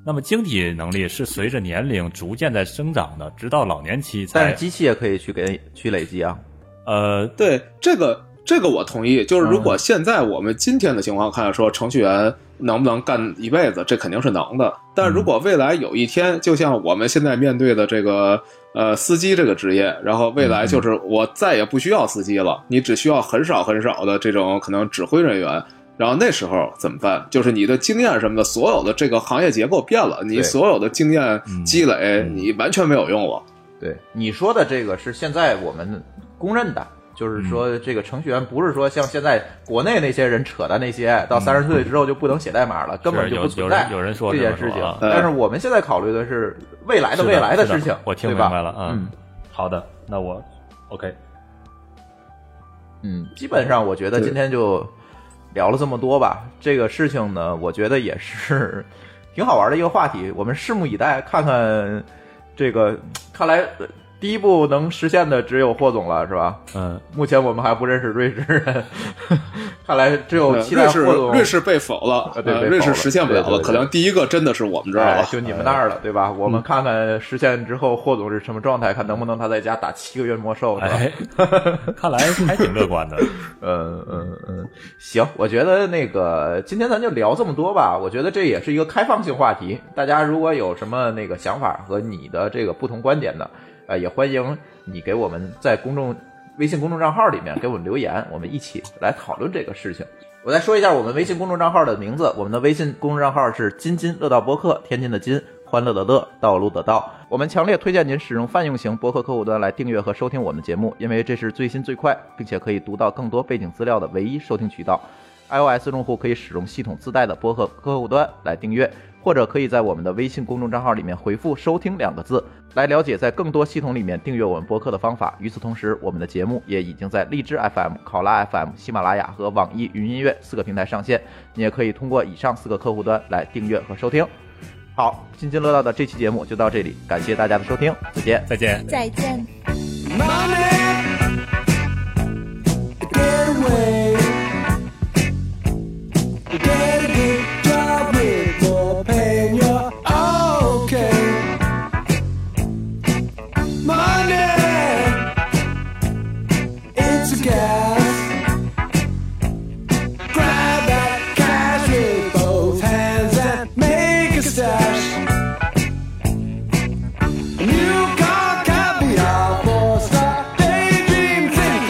那么晶体能力是随着年龄逐渐在增长的，直到老年期但才是机器也可以去给去累积啊。呃对这个这个我同意，就是如果现在我们今天的情况看，说程序员能不能干一辈子，这肯定是能的。但如果未来有一天，就像我们现在面对的这个呃司机这个职业，然后未来就是我再也不需要司机了，你只需要很少很少的这种可能指挥人员。然后那时候怎么办？就是你的经验什么的，所有的这个行业结构变了，你对所有的经验积累，你完全没有用了。对，你说的这个是现在我们公认的，嗯就是说这个程序员不是说像现在国内那些人扯的那些，到三十岁之后就不能写代码了，根本就不存在嗯有有人说这件这么事情说啊。但是我们现在考虑的是未来是未来的是事情，我听对明吧白了，嗯嗯，好的，那我 OK，嗯，基本上我觉得今天就聊了这么多吧。这个事情呢，我觉得也是 挺好玩的一个话题，我们拭目以待，看看这个。看来呃第一步能实现的只有霍总了，是吧？嗯，目前我们还不认识瑞士人， 看来只有呃期待瑞霍士总瑞士被否了，啊对呃被瑞否士了实现不了对对了，对可能第一个真的是我们这儿哎了，就你们那儿了，对吧？我们看看实现之后霍总是什么状态，看能不能他在家打七个月魔兽，是吧？哎， 看来还挺乐观的，嗯嗯嗯，行，我觉得那个今天咱就聊这么多吧。我觉得这也是一个开放性话题，大家如果有什么那个想法和你的这个不同观点的，呃，也欢迎你给我们在公众微信公众账号里面给我们留言，我们一起来讨论这个事情。我再说一下我们微信公众账号的名字，我们的微信公众账号是“津津乐道播客”，天津的津，欢乐的乐，道路的道。我们强烈推荐您使用泛用型播客客户端来订阅和收听我们节目，因为这是最新最快，并且可以读到更多背景资料的唯一收听渠道。iOS 用户可以使用系统自带的播客客户端来订阅，或者可以在我们的微信公众账号里面回复“收听”两个字，来了解在更多系统里面订阅我们播客的方法。与此同时，我们的节目也已经在荔枝 FM、考拉 FM、喜马拉雅和网易云音乐四个平台上线，你也可以通过以上四个客户端来订阅和收听。好，津津乐道的这期节目就到这里，感谢大家的收听，再见。再见。再见。 Money, get away. You get a good job with more pay, and you're okay. Money, it's a gas. Grab that cash with both hands and make a stash. New car caviar for starvation.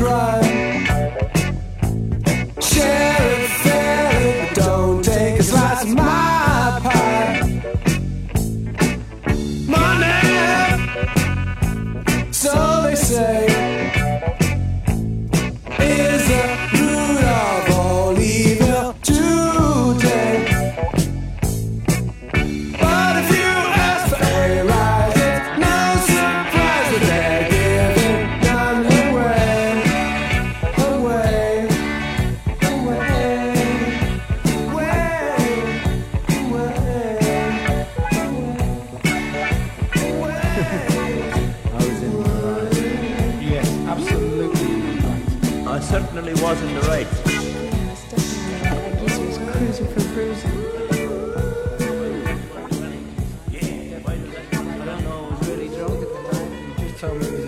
run. Share it, fair it, don't take a slice of my pie. Money, so they say, is the root of all evil today. But if you ask for a rise, it's no surprise that they're giving none away, away, away, away, away, away. I was in the right. Yes, absolutely in the right. I certainly was in the right. Yeah, I don't know. I was really drunk at the time. You just told me it was